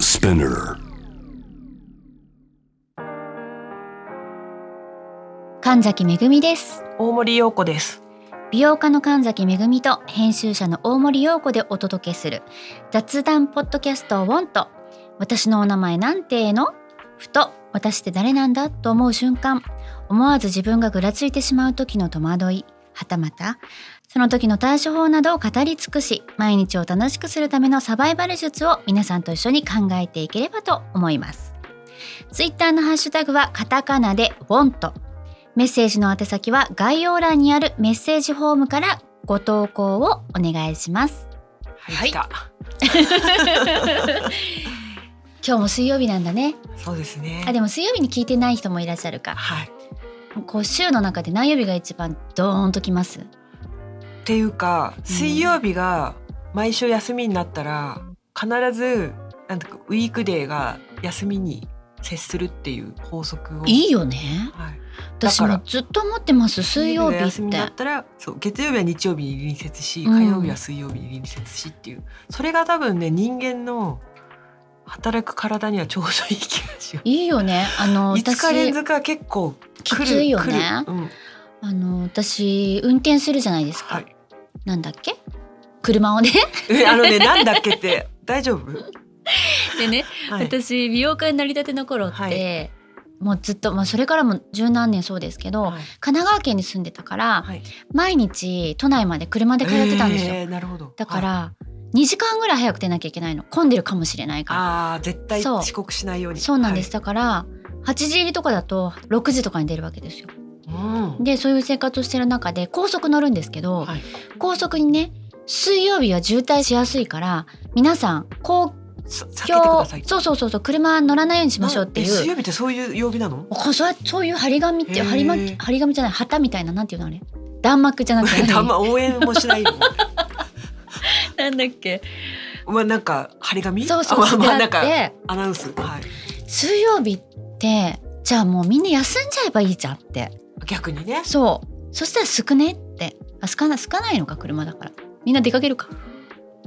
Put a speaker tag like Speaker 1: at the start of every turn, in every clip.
Speaker 1: Spinner.
Speaker 2: 神崎めぐみです
Speaker 3: 大森洋子です。
Speaker 2: 美容家の神崎めぐみと編集者の大森洋子でお届けする雑談ポッドキャストウォンと私のお名前なんてのふと私って誰なんだと思う瞬間思わず自分がぐらついてしまう時の戸惑いはたまたその時の対処法などを語り尽くし毎日を楽しくするためのサバイバル術を皆さんと一緒に考えていければと思いますツイッターのハッシュタグはカタカナでウォンとメッセージの宛先は概要欄にあるメッセージフォームからご投稿をお願いします。
Speaker 3: はい。
Speaker 2: 今日も水曜日なんだね。
Speaker 3: そうですね。
Speaker 2: あ、でも水曜日に聞いてない人もいらっしゃるか。
Speaker 3: はい。
Speaker 2: こう週の中で何曜日が一番ドーンときます。
Speaker 3: っていうか水曜日が毎週休みになったら必ずなんだかウィークデーが休みに接するっていう法則を。
Speaker 2: いいよね。
Speaker 3: はい。
Speaker 2: 私もずっと思ってます。水曜
Speaker 3: ウィ
Speaker 2: 日
Speaker 3: ークデーが
Speaker 2: っ。
Speaker 3: 休みになってたらそう月曜日は日曜日に隣接し
Speaker 2: うん
Speaker 3: 火曜日は水曜日に隣接しっていう、それが多分ね人間の働く体にはちょうどいい気がします。
Speaker 2: いいよね。あの
Speaker 3: 5
Speaker 2: 私
Speaker 3: 日連続は結構来
Speaker 2: き
Speaker 3: る
Speaker 2: ついよね
Speaker 3: 来るうん、
Speaker 2: あの私運転するじゃないですか。
Speaker 3: はい。
Speaker 2: なんだっけ？車をね。
Speaker 3: えあのねなんだっけって大丈夫？
Speaker 2: でね、
Speaker 3: はい。
Speaker 2: 私美容家になりたての頃って、
Speaker 3: は
Speaker 2: もうずっと、まあ、それからも十何年そうですけど、
Speaker 3: はい
Speaker 2: 神奈川県に住んでたから、
Speaker 3: はい
Speaker 2: 毎日都内まで車で通ってたんですよ、
Speaker 3: えーなるほど。
Speaker 2: だか
Speaker 3: はい
Speaker 2: ら、二2時間ぐらい早く出なきゃいけないの混んでるかもしれないか
Speaker 3: ああ絶対
Speaker 2: そう
Speaker 3: 遅刻しないよう
Speaker 2: ら
Speaker 3: に。
Speaker 2: そうなんです、だから8時入りとかだと6時とかに出るわけですよ
Speaker 3: はい。うん。
Speaker 2: でそういう生活をしてる中で高速乗るんですけど、
Speaker 3: はい
Speaker 2: 高速にね水曜日は渋滞しやすいから皆さん公
Speaker 3: さ避けてく
Speaker 2: 共
Speaker 3: ださい。
Speaker 2: そうそうそうそう車乗らないようにしましょうって
Speaker 3: え
Speaker 2: いう
Speaker 3: 水曜日ってそういう曜日なの？
Speaker 2: こそうそういう張り紙って
Speaker 3: へー
Speaker 2: 張り巻き張り紙じゃない旗みたいななんていうのあれ弾幕じゃなく て
Speaker 3: あ
Speaker 2: 何
Speaker 3: んま応援もしないよ。
Speaker 2: なんだっけ
Speaker 3: まあなんか張り紙？
Speaker 2: そうそう
Speaker 3: あ
Speaker 2: そう
Speaker 3: まあまあ
Speaker 2: で
Speaker 3: な
Speaker 2: あ
Speaker 3: ん
Speaker 2: っ
Speaker 3: か
Speaker 2: て
Speaker 3: アナウンス。はい。
Speaker 2: 水曜日ってじゃあもうみんな休んじゃえばいいじゃんって
Speaker 3: 逆にね。
Speaker 2: そうそしたら少ねってあ少な少ないのか車だからみんな出かけるか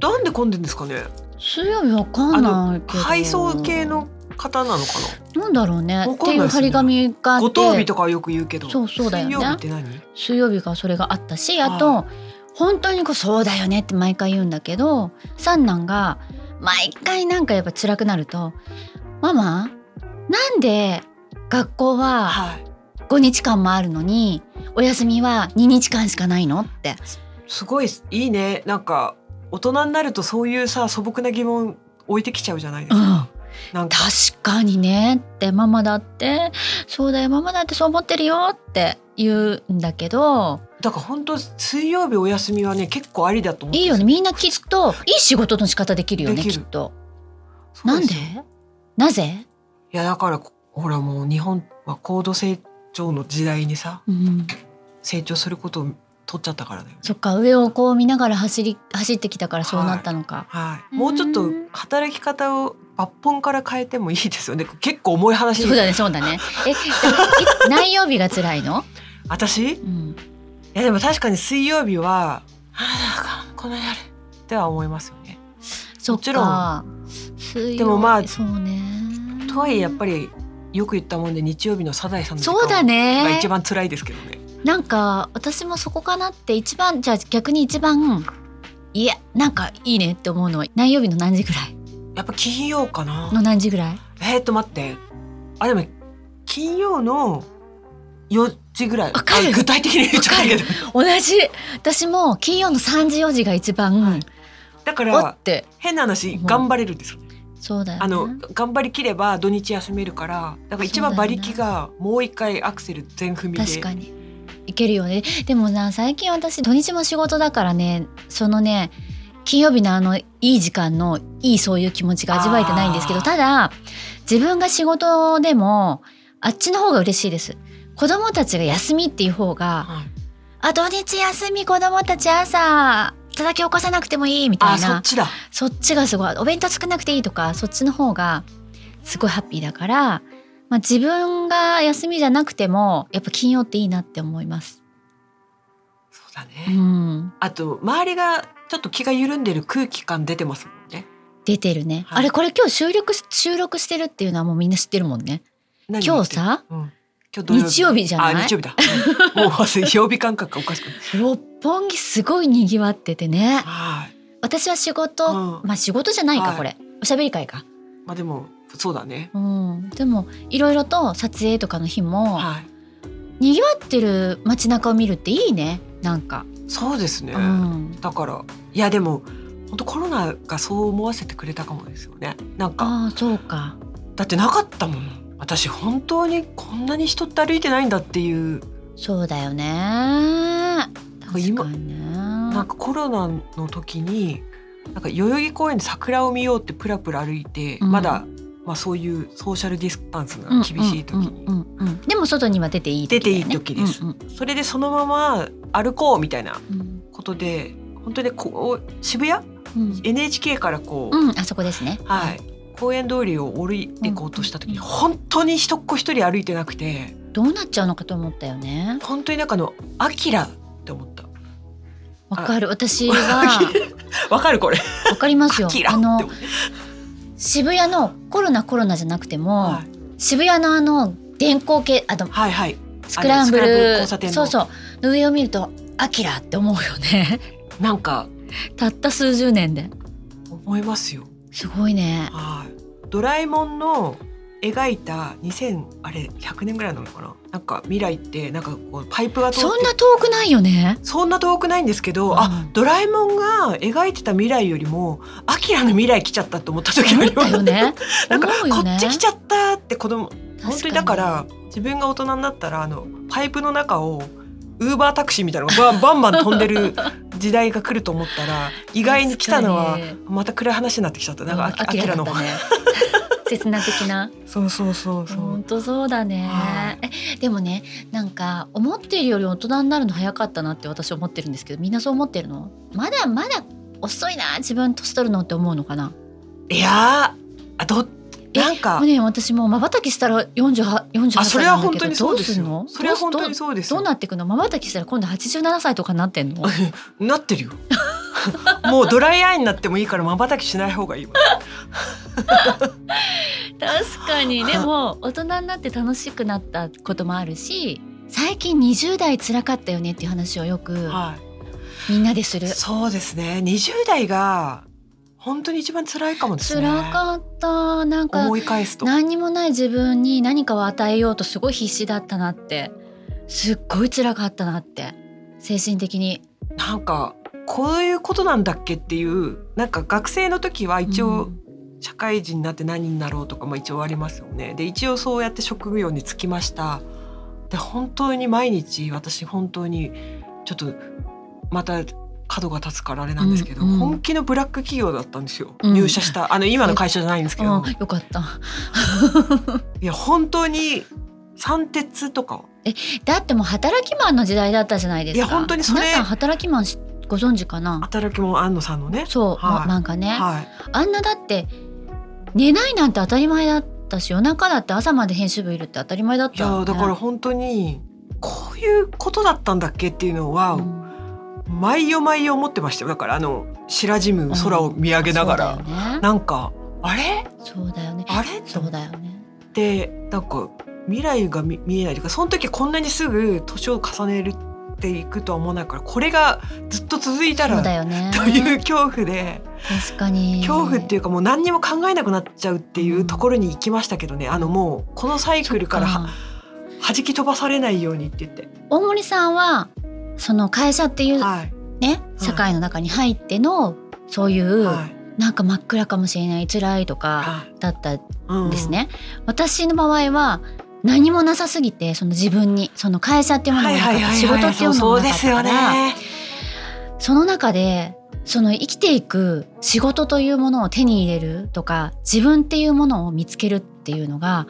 Speaker 3: なんで混んでんですかね。
Speaker 2: 水曜日わかんないけど
Speaker 3: 配送系の方なのか
Speaker 2: なんだろうね
Speaker 3: わかんない
Speaker 2: っていう
Speaker 3: ですね
Speaker 2: 張り紙があっ
Speaker 3: な。ご
Speaker 2: て
Speaker 3: 当日とかはよく言うけど。
Speaker 2: そうそうだよね
Speaker 3: 水曜日って何？
Speaker 2: 水曜日がそれがあったしあと本当にこうそうだよねって毎回言うんだけど三男が毎回なんかやっぱ辛くなると「ママなんで学校は
Speaker 3: はい。
Speaker 2: 5日間もあるのにお休みは2日間しかないの?」って
Speaker 3: すごいいいねなんか大人になるとそういうさ素朴な疑問置いてきちゃうじゃないですか、なんか
Speaker 2: 確かにねってママだってそうだよママだってそう思ってるよって言うんだけど
Speaker 3: だから本当水曜日お休みはね結構ありだと思って
Speaker 2: いいよねみんなきっといい仕事の仕方できるよね
Speaker 3: でき
Speaker 2: き
Speaker 3: る
Speaker 2: っと。
Speaker 3: そう
Speaker 2: なん
Speaker 3: す
Speaker 2: で
Speaker 3: よ
Speaker 2: なぜ、
Speaker 3: いやだからこほらもう日本は高度成長の時代にさ
Speaker 2: うん
Speaker 3: 成長することを取っちゃったからだよね
Speaker 2: そっか上をこう見ながら走り走ってきたからそうなったのか。
Speaker 3: はい、
Speaker 2: うん
Speaker 3: もうちょっと働き方を抜本から変えてもいいですよね結構重い話
Speaker 2: そうだねそうだね。え え何曜日が辛いの？
Speaker 3: 私い
Speaker 2: うん、
Speaker 3: やでも確かに水曜日はああこのやるっては思いますよね
Speaker 2: そっ
Speaker 3: もちろ
Speaker 2: か。水曜日
Speaker 3: でもまあ
Speaker 2: そうね。
Speaker 3: とはいえやっぱりよく言ったもんで日曜日のサザエさんの時
Speaker 2: そうだ
Speaker 3: 間が
Speaker 2: ね
Speaker 3: 一。番辛いですけどね。
Speaker 2: なんか私もそこかなって一番じゃあ逆に一番いやなんかいいねって思うのは何曜日の何時ぐらい
Speaker 3: やっぱ金曜かな。
Speaker 2: の何時ぐらい？
Speaker 3: えーっと待って。あでも金曜の4時ぐらい。
Speaker 2: わかる
Speaker 3: あ具体的に言っちゃったけど。
Speaker 2: 同じ。私も金曜の三時四時が一番、
Speaker 3: だか
Speaker 2: おっ
Speaker 3: ら
Speaker 2: て
Speaker 3: 変な話
Speaker 2: うん
Speaker 3: 頑張れるんですよ。
Speaker 2: そうだよ、ね。
Speaker 3: あの頑張りきれば土日休めるから。だから一番
Speaker 2: そうだ
Speaker 3: 馬
Speaker 2: よね
Speaker 3: 力がもう一回アクセル全踏みで。
Speaker 2: 確かにいけるよねでもな最近私土日も仕事だからねそのね金曜日のあのいい時間のいいそういう気持ちが味わえてないんですけど
Speaker 3: あー
Speaker 2: ただ自分が仕事でもあっちの方が嬉しいです子供たちが休みっていう方が
Speaker 3: はい
Speaker 2: あ土日休み子供たち朝叩き起こさなくてもいいみた
Speaker 3: あ
Speaker 2: い
Speaker 3: そ
Speaker 2: な
Speaker 3: っちだ。
Speaker 2: そっちがすごいお弁当作んなくていいとかそっちの方がすごいハッピーだから、まあ、自分が休みじゃなくてもやっぱ金曜っていいなって思います。
Speaker 3: そうだ
Speaker 2: う
Speaker 3: ね。
Speaker 2: ん、
Speaker 3: あと周りがちょっと気が緩んでる空気感出てますもんね。
Speaker 2: 出てるね、
Speaker 3: はい
Speaker 2: あれこれ今日収録し収録してるっていうのはもうみんな知ってるもんね
Speaker 3: 何
Speaker 2: 今日さ
Speaker 3: 言ってる、うん、今日土曜日
Speaker 2: 日曜日じゃない
Speaker 3: あ日曜日 だもう曜日感覚がおかしくない
Speaker 2: 六本木すごい賑わっててね
Speaker 3: はい
Speaker 2: 私は仕事、
Speaker 3: うん
Speaker 2: まあ仕事じゃないか
Speaker 3: はい
Speaker 2: これ、おしゃべり会か
Speaker 3: まあでもそうだね
Speaker 2: うんでもいろいろと撮影とかの日も、
Speaker 3: はい
Speaker 2: 賑わってる街中を見るっていいねなんか、
Speaker 3: そうですね、
Speaker 2: うん、
Speaker 3: だからいやでも本当コロナがそう思わせてくれたかもですよねなんか
Speaker 2: ああそうか
Speaker 3: だってなかったもん私本当にこんなに人って歩いてないんだっていう
Speaker 2: そうだよね確
Speaker 3: 今
Speaker 2: かにね
Speaker 3: なんかコロナの時になんか代々木公園で桜を見ようってプラプラ歩いて、
Speaker 2: うん
Speaker 3: まだ、まあ、そういうソーシャルディスタンスが厳しい時に、
Speaker 2: うんうんうんうんでも外には出ていい時だよね
Speaker 3: 出ていい時です
Speaker 2: うんうん
Speaker 3: それでそのまま歩こうみたいな
Speaker 2: うん
Speaker 3: ことで本当にこう渋谷
Speaker 2: うん、
Speaker 3: NHK からこう、
Speaker 2: うん、あそこですね。
Speaker 3: はい、公園通りを降りてこうとした時に
Speaker 2: うん
Speaker 3: 本当に一っ子一人歩いてなくて
Speaker 2: どうなっちゃうのかと思ったよね。
Speaker 3: 本当になんかあの「アキラ」って思った
Speaker 2: わかる、私は。
Speaker 3: わかるこれ
Speaker 2: わかり
Speaker 3: 「ア
Speaker 2: ますよ
Speaker 3: キ。ラ」
Speaker 2: あ
Speaker 3: って
Speaker 2: の
Speaker 3: 思っ
Speaker 2: 渋谷のコロナコロナじゃなくて
Speaker 3: た、
Speaker 2: も、
Speaker 3: はい、
Speaker 2: 渋谷のあの電光系、あの
Speaker 3: はいはい
Speaker 2: スクランブ
Speaker 3: スクランブル
Speaker 2: ル。
Speaker 3: 交差点の
Speaker 2: そうそう、の上を見ると、アキラって思うよ ね。
Speaker 3: なんか
Speaker 2: たった数十年で。
Speaker 3: 思いますよ
Speaker 2: すごいね。
Speaker 3: はいドラえもんの描いた2000あれ100年ぐらいなのかななんか未来ってなんかこうパイプが通って
Speaker 2: そんな遠くないよね。
Speaker 3: そんな遠くないんですけど、あ
Speaker 2: うん
Speaker 3: ドラえもんが描いてた未来よりもアキラの未来来ちゃったと思った時あ
Speaker 2: 思っ
Speaker 3: りま
Speaker 2: た
Speaker 3: す
Speaker 2: よね。
Speaker 3: なんか
Speaker 2: 思う
Speaker 3: こ
Speaker 2: よね
Speaker 3: っち来ちゃったって子供
Speaker 2: 確
Speaker 3: 本当にだから自分が大人になったらあのパイプの中をウーバータクシーみたいなのがバンバンバンバン飛んでる時代が来ると思った ら意外に来たのは
Speaker 2: 確かに
Speaker 3: また暗い話になってきちゃったなんかあき、
Speaker 2: うん
Speaker 3: あきらの
Speaker 2: だった ね。刹那的な。
Speaker 3: そうそうそうそう、
Speaker 2: 本当そうだね、
Speaker 3: は
Speaker 2: えでもねなんか思ってるより大人になるの早かったなって私思ってるんですけどみんなそう思ってるのまだまだ遅いな自分年取るのって思うのかない
Speaker 3: やーあど
Speaker 2: え
Speaker 3: なん
Speaker 2: も
Speaker 3: か
Speaker 2: うね私もまばたきしたら48 48
Speaker 3: あそ
Speaker 2: 歳
Speaker 3: れは
Speaker 2: なんだ
Speaker 3: 本
Speaker 2: け
Speaker 3: 当
Speaker 2: ど
Speaker 3: に
Speaker 2: ど
Speaker 3: そう
Speaker 2: う
Speaker 3: です
Speaker 2: る
Speaker 3: よ
Speaker 2: の
Speaker 3: それは本当
Speaker 2: どう
Speaker 3: にそうです
Speaker 2: どう
Speaker 3: よ
Speaker 2: なっていくのまばたきしたら今度87歳とかになってんの
Speaker 3: なってるよ もうドライアイになってもいいからまばたきしない方がいいわ
Speaker 2: 確か にでも大人になって楽しくなったこともあるし最近20代辛かったよねっていう話をよく
Speaker 3: はい
Speaker 2: みんなでする
Speaker 3: そうですね。二十代が本当に一番辛いかもですね。
Speaker 2: 辛かったなんか
Speaker 3: 思い返すと。
Speaker 2: 何にもない自分に何かを与えようとすごい必死だったなってすっごい辛かったなって精神的に
Speaker 3: なんかこういうことなんだっけっていうなんか学生の時は一応、社会人になって何になろうとかも一応ありますよね。で一応そうやって職業に就きました。で本当に毎日私本当にちょっとまた角が立つからあれなんですけど、
Speaker 2: うんうん
Speaker 3: 本気のブラック企業だったんですよ、
Speaker 2: うん
Speaker 3: 入社したあの今の会社じゃないんで
Speaker 2: う
Speaker 3: すけ
Speaker 2: ん、う
Speaker 3: ど、
Speaker 2: んよかった
Speaker 3: いや本当に三鉄とかを
Speaker 2: だってもう働きマンの時代だったじゃないですか
Speaker 3: いや本当にそれ
Speaker 2: 皆さん働きマンしご存知かな
Speaker 3: 働きも安野さんのね。
Speaker 2: そう、
Speaker 3: はい
Speaker 2: まなんかね、
Speaker 3: はい。
Speaker 2: あんなだって寝ないなんて当たり前だったし夜中だって朝まで編集部いるって当たり前だっ
Speaker 3: い
Speaker 2: た
Speaker 3: や
Speaker 2: よね
Speaker 3: だから本当にこういうことだったんだっけっていうのは、
Speaker 2: うん
Speaker 3: 毎夜毎夜思ってましたよ。だからあの白じむ空を見上げながら、
Speaker 2: そうだよね
Speaker 3: なんかあれ
Speaker 2: そうだよね
Speaker 3: あれと
Speaker 2: そう
Speaker 3: 思っ
Speaker 2: だよね
Speaker 3: てなんか未来が見見えないというかその時こんなにすぐ年を重ねるっていくとは思わないからこれがずっと続いた
Speaker 2: そうだ
Speaker 3: ら。
Speaker 2: よね
Speaker 3: という恐怖で
Speaker 2: 確かに
Speaker 3: 恐怖っていううかもう何にも考えなくなっちゃうっていうところに行きましたけどねあのもうこのサイクルからは弾き飛ばされないようにって言って
Speaker 2: 大森さんはその会社っていう
Speaker 3: はい
Speaker 2: ね社会の中に入ってのそういう
Speaker 3: はい
Speaker 2: なんか真っ暗かもしれない辛いとか
Speaker 3: はい
Speaker 2: だったん
Speaker 3: うん
Speaker 2: ですね。私の場合は何もなさすぎてその自分にその会社っていうもの
Speaker 3: は
Speaker 2: も
Speaker 3: い
Speaker 2: なか
Speaker 3: は
Speaker 2: っ
Speaker 3: いは
Speaker 2: た
Speaker 3: い
Speaker 2: 仕事っていうの
Speaker 3: そ
Speaker 2: も
Speaker 3: う
Speaker 2: なか
Speaker 3: で
Speaker 2: っ
Speaker 3: す
Speaker 2: た
Speaker 3: よ
Speaker 2: か
Speaker 3: ね
Speaker 2: らその中でその生きていく仕事というものを手に入れるとか自分っていうものを見つけるっていうのが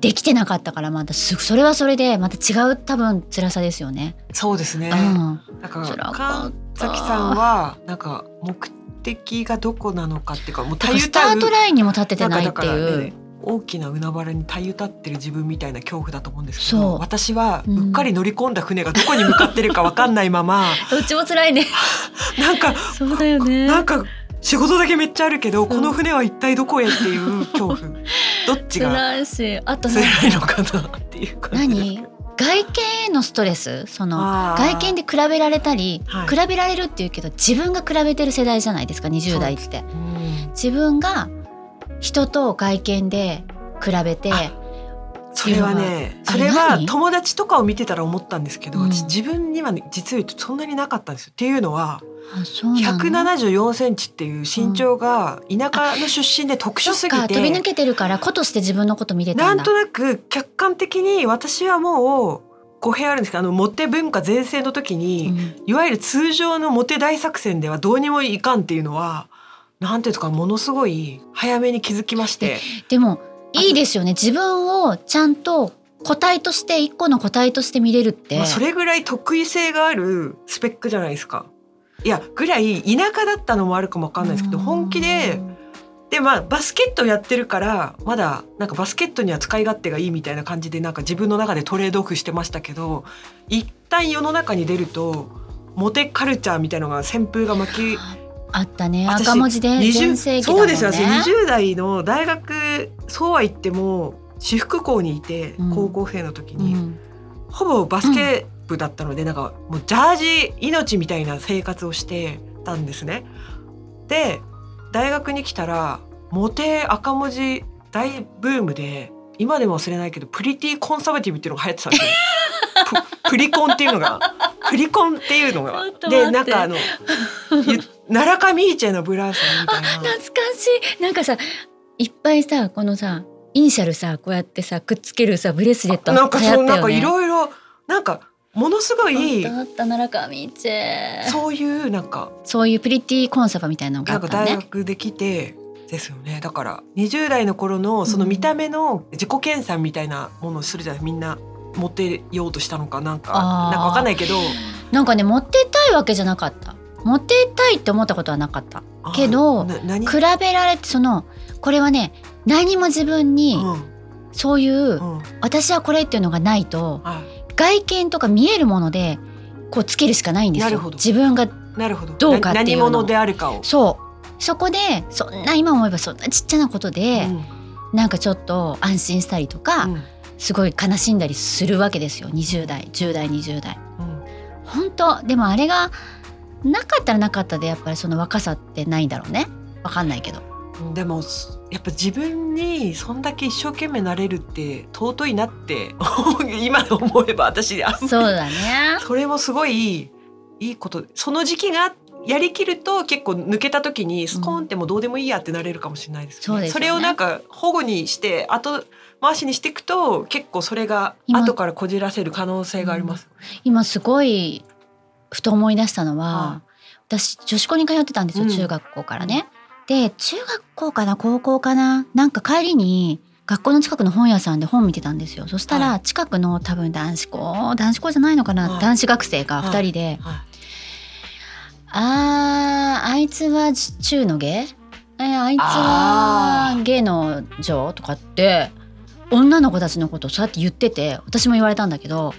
Speaker 2: できてなかったからまたすそれはそれでまた違う多分辛さですよね。
Speaker 3: そうですね、
Speaker 2: うん
Speaker 3: だか
Speaker 2: 辛
Speaker 3: ら
Speaker 2: かっ
Speaker 3: 神
Speaker 2: た
Speaker 3: 崎さんはなんか目的がどこなのかっていうかもうたゆ
Speaker 2: スタ
Speaker 3: たう
Speaker 2: ートラインにも立ててない
Speaker 3: ん
Speaker 2: って
Speaker 3: かだから
Speaker 2: いう、
Speaker 3: ね大きな海原にたゆたってる自分みたいな恐怖だと思うんですけ
Speaker 2: そ
Speaker 3: ど
Speaker 2: う
Speaker 3: 私は
Speaker 2: うん
Speaker 3: うっかり乗り込んだ船がどこに 向かってるかわかんないまま、
Speaker 2: どっちも辛いね
Speaker 3: なんか
Speaker 2: そうだよね
Speaker 3: なんか仕事だけめっちゃあるけど、この船は一体どこへっていう恐 怖。どっちが
Speaker 2: 辛いしあと
Speaker 3: 辛
Speaker 2: ね
Speaker 3: いのかなっていう感じです
Speaker 2: 何
Speaker 3: けど。
Speaker 2: 外見へのストレスその
Speaker 3: あー
Speaker 2: 外見で比べられたり、
Speaker 3: はい
Speaker 2: 比べられるっていうけど自分が比べてる世代じゃないですか20代って
Speaker 3: うん
Speaker 2: 自分が人と外見で比べて
Speaker 3: あそれはねそれ
Speaker 2: あれ
Speaker 3: は
Speaker 2: 何
Speaker 3: 友達とかを見てたら思ったんですけど、
Speaker 2: うん
Speaker 3: 私自分には、ね、実を言うとそんなになかったんですよ。っていうのは
Speaker 2: あそうなの
Speaker 3: 174センチっていう身長が田舎の出身で特殊
Speaker 2: そ
Speaker 3: す
Speaker 2: っ
Speaker 3: ぎ
Speaker 2: か
Speaker 3: て、
Speaker 2: 飛び抜けてるから子として自分のこと見れた
Speaker 3: なんん
Speaker 2: だ
Speaker 3: となく客観的に私はもう語弊あるんですけどあのモテ文化全盛の時に、
Speaker 2: うん
Speaker 3: いわゆる通常のモテ大作戦ではどうにもいかんっていうのはなんていうかものすごい早めに気づきまして
Speaker 2: でもいいですよね自分をちゃんと個体として一個の個体として見れるって、
Speaker 3: まあそれぐらい得意性があるスペックじゃないですか。いやぐらい田舎だったのもあるかもわかんないですけど
Speaker 2: うん
Speaker 3: 本気ででまあバスケットやってるからまだなんかバスケットには使い勝手がいいみたいな感じでなんか自分の中でトレードオフしてましたけど一旦世の中に出るとモテカルチャーみたいのが旋風が巻き
Speaker 2: あったね
Speaker 3: 私
Speaker 2: 赤文字で全盛期だ
Speaker 3: そ
Speaker 2: も
Speaker 3: うん
Speaker 2: ね
Speaker 3: ですよ私20代の大学そうは言っても私服校にいて
Speaker 2: うん
Speaker 3: 高校生の時
Speaker 2: う
Speaker 3: に、
Speaker 2: ん
Speaker 3: ほぼバスケ部だったので、なんかもうジャージ命みたいな生活をしてたんですね。で大学に来たらモテ赤文字大ブームで今でも忘れないけどプリティコンサバティブっていうのが流行ってたん ですよ。ププリコンっていうのがプリコンっていうのが
Speaker 2: ちょっと待って
Speaker 3: でなんかあのゆ奈良カミーチェのブラウスみたいな。
Speaker 2: 懐かしいなんかさいっぱいさこのさイニシャルさこうやってさくっつけるさブレスレット流行
Speaker 3: なん
Speaker 2: った
Speaker 3: か
Speaker 2: よ
Speaker 3: そう
Speaker 2: ね
Speaker 3: なんかいろいろなんかものすごい
Speaker 2: あったあった奈良上一そ
Speaker 3: そういうなんか
Speaker 2: そういうプリティコンサバみたいなのがあ
Speaker 3: なん
Speaker 2: っ
Speaker 3: か
Speaker 2: た
Speaker 3: 大
Speaker 2: ね
Speaker 3: 学できてですよねだから20代の頃のその見た目の自己検査みたいなものをするじゃないみんな持ってようとしたのかなんか
Speaker 2: あー
Speaker 3: なんかわかんないけど
Speaker 2: なんかね持ってたいわけじゃなかった持ってたいって思ったことはなかった
Speaker 3: あー
Speaker 2: けど
Speaker 3: な何
Speaker 2: 比べられてそのこれはね何も自分に
Speaker 3: うん
Speaker 2: そういう
Speaker 3: うん
Speaker 2: 私はこれっていうのがないと
Speaker 3: あ
Speaker 2: 外見とか見えるものでこうつけるしかないんです
Speaker 3: なる
Speaker 2: よ
Speaker 3: ほど
Speaker 2: 自分が
Speaker 3: なるほど
Speaker 2: どうかっていうの
Speaker 3: な何者であるかを、
Speaker 2: そうそこでそんな今思えばそんなちっちゃなことで、
Speaker 3: うん
Speaker 2: なんかちょっと安心したりとか、
Speaker 3: うん
Speaker 2: すごい悲しんだりするわけですよ20代10代20代
Speaker 3: うん
Speaker 2: 本当でもあれがなかったらなかったでやっぱりその若さってないんだろうねわかんないけ ど
Speaker 3: でもやっぱ自分にそんだけ一生懸命なれるって尊いなって 今で思えば私あんまり
Speaker 2: そうだね
Speaker 3: それもすごいいいことその時期がやりきると結構抜けた時にスコーンってもうどうでもいいやってなれるかもしれないですけど、
Speaker 2: そうですよね
Speaker 3: れをなんか保護にして後回しにしていくと結構それが
Speaker 2: 今
Speaker 3: 後からこじらせる可能性があります。
Speaker 2: 今すごいふと思い出したのは、
Speaker 3: は
Speaker 2: 私女子校に通ってたんですよ、
Speaker 3: うん
Speaker 2: 中学校からね。で中学校かな高校かななんか帰りに学校の近くの本屋さんで本見てたんですよそした
Speaker 3: は
Speaker 2: ら近くの多分男子校男子校じゃないのかな、
Speaker 3: はい
Speaker 2: 男子学生が
Speaker 3: はい
Speaker 2: 2人で
Speaker 3: は
Speaker 2: 「あーあいつは中の芸えあいつは
Speaker 3: あー
Speaker 2: 芸の女」とかって女の子たちのことをそうやって言ってて私も言われたんだけど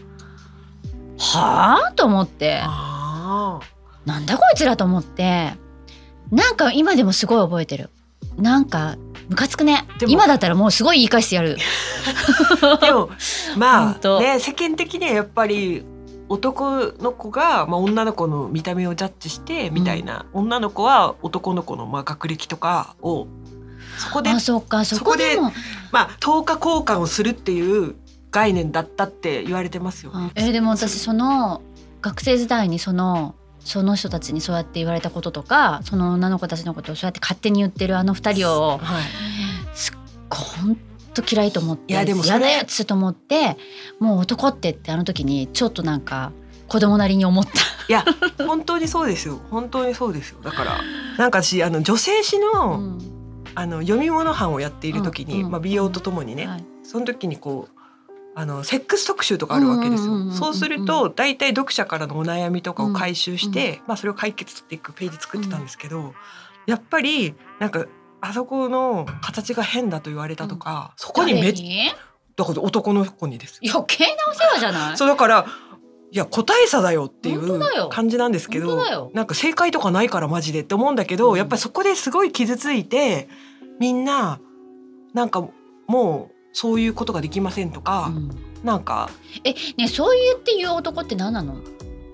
Speaker 2: 「はあ?」と思って
Speaker 3: い、。あ
Speaker 2: なんだこいつらと思ってなんか今でもすごい覚えてるなんかムカつくね
Speaker 3: でも
Speaker 2: 今だったらもうすごい言い返してやる
Speaker 3: ーでもま
Speaker 2: 本
Speaker 3: あ
Speaker 2: 当
Speaker 3: ね世間的にはやっぱり男の子が、まあ、女の子の見た目をジャッジしてみたいな、女の子は男の子のまあ学歴とかをそこで
Speaker 2: あそっかそこでも
Speaker 3: まあ、等価交換をするっていう概念だったって言われてますよね。
Speaker 2: あえーでも私その学生時代にそのその人たちにそうやって言われたこととかその女の子たちのことをそうやって勝手に言ってるあの二人を
Speaker 3: はい、
Speaker 2: すっごいほんと嫌いと思って
Speaker 3: いやでもそれ
Speaker 2: 嫌なやつと思ってもう男ってってあの時にちょっとなんか子供なりに思った。
Speaker 3: いや本当にそうですよ本当にそうですよだからなんか私あの女性誌の,、
Speaker 2: うん
Speaker 3: あの読み物班をやっている時に、
Speaker 2: うん
Speaker 3: まあ、美容とともにね、
Speaker 2: はい
Speaker 3: その時にこうあのセックス特集とかあるわけです
Speaker 2: うんうんうんうん
Speaker 3: よ。
Speaker 2: うん
Speaker 3: そうすると大体読者からのお悩みとかを回収して、まあ、それを解決していくページ作ってたんですけど、やっぱりなんかあそこの形が変だと言われたとか、そこにめっ
Speaker 2: 誰に
Speaker 3: だから男の子にですよ
Speaker 2: 余計なお世話じゃない
Speaker 3: そうだからいや個体差だよってい
Speaker 2: 本当だよ
Speaker 3: う感じなんですけ
Speaker 2: 本
Speaker 3: ど
Speaker 2: 当だよ
Speaker 3: なんか正解とかないからマジでって思うんだけど、
Speaker 2: うん
Speaker 3: やっぱりそこですごい傷ついてみんななんかもうそういうことができませんとか、なんか
Speaker 2: えねそう言って言う男って何なの、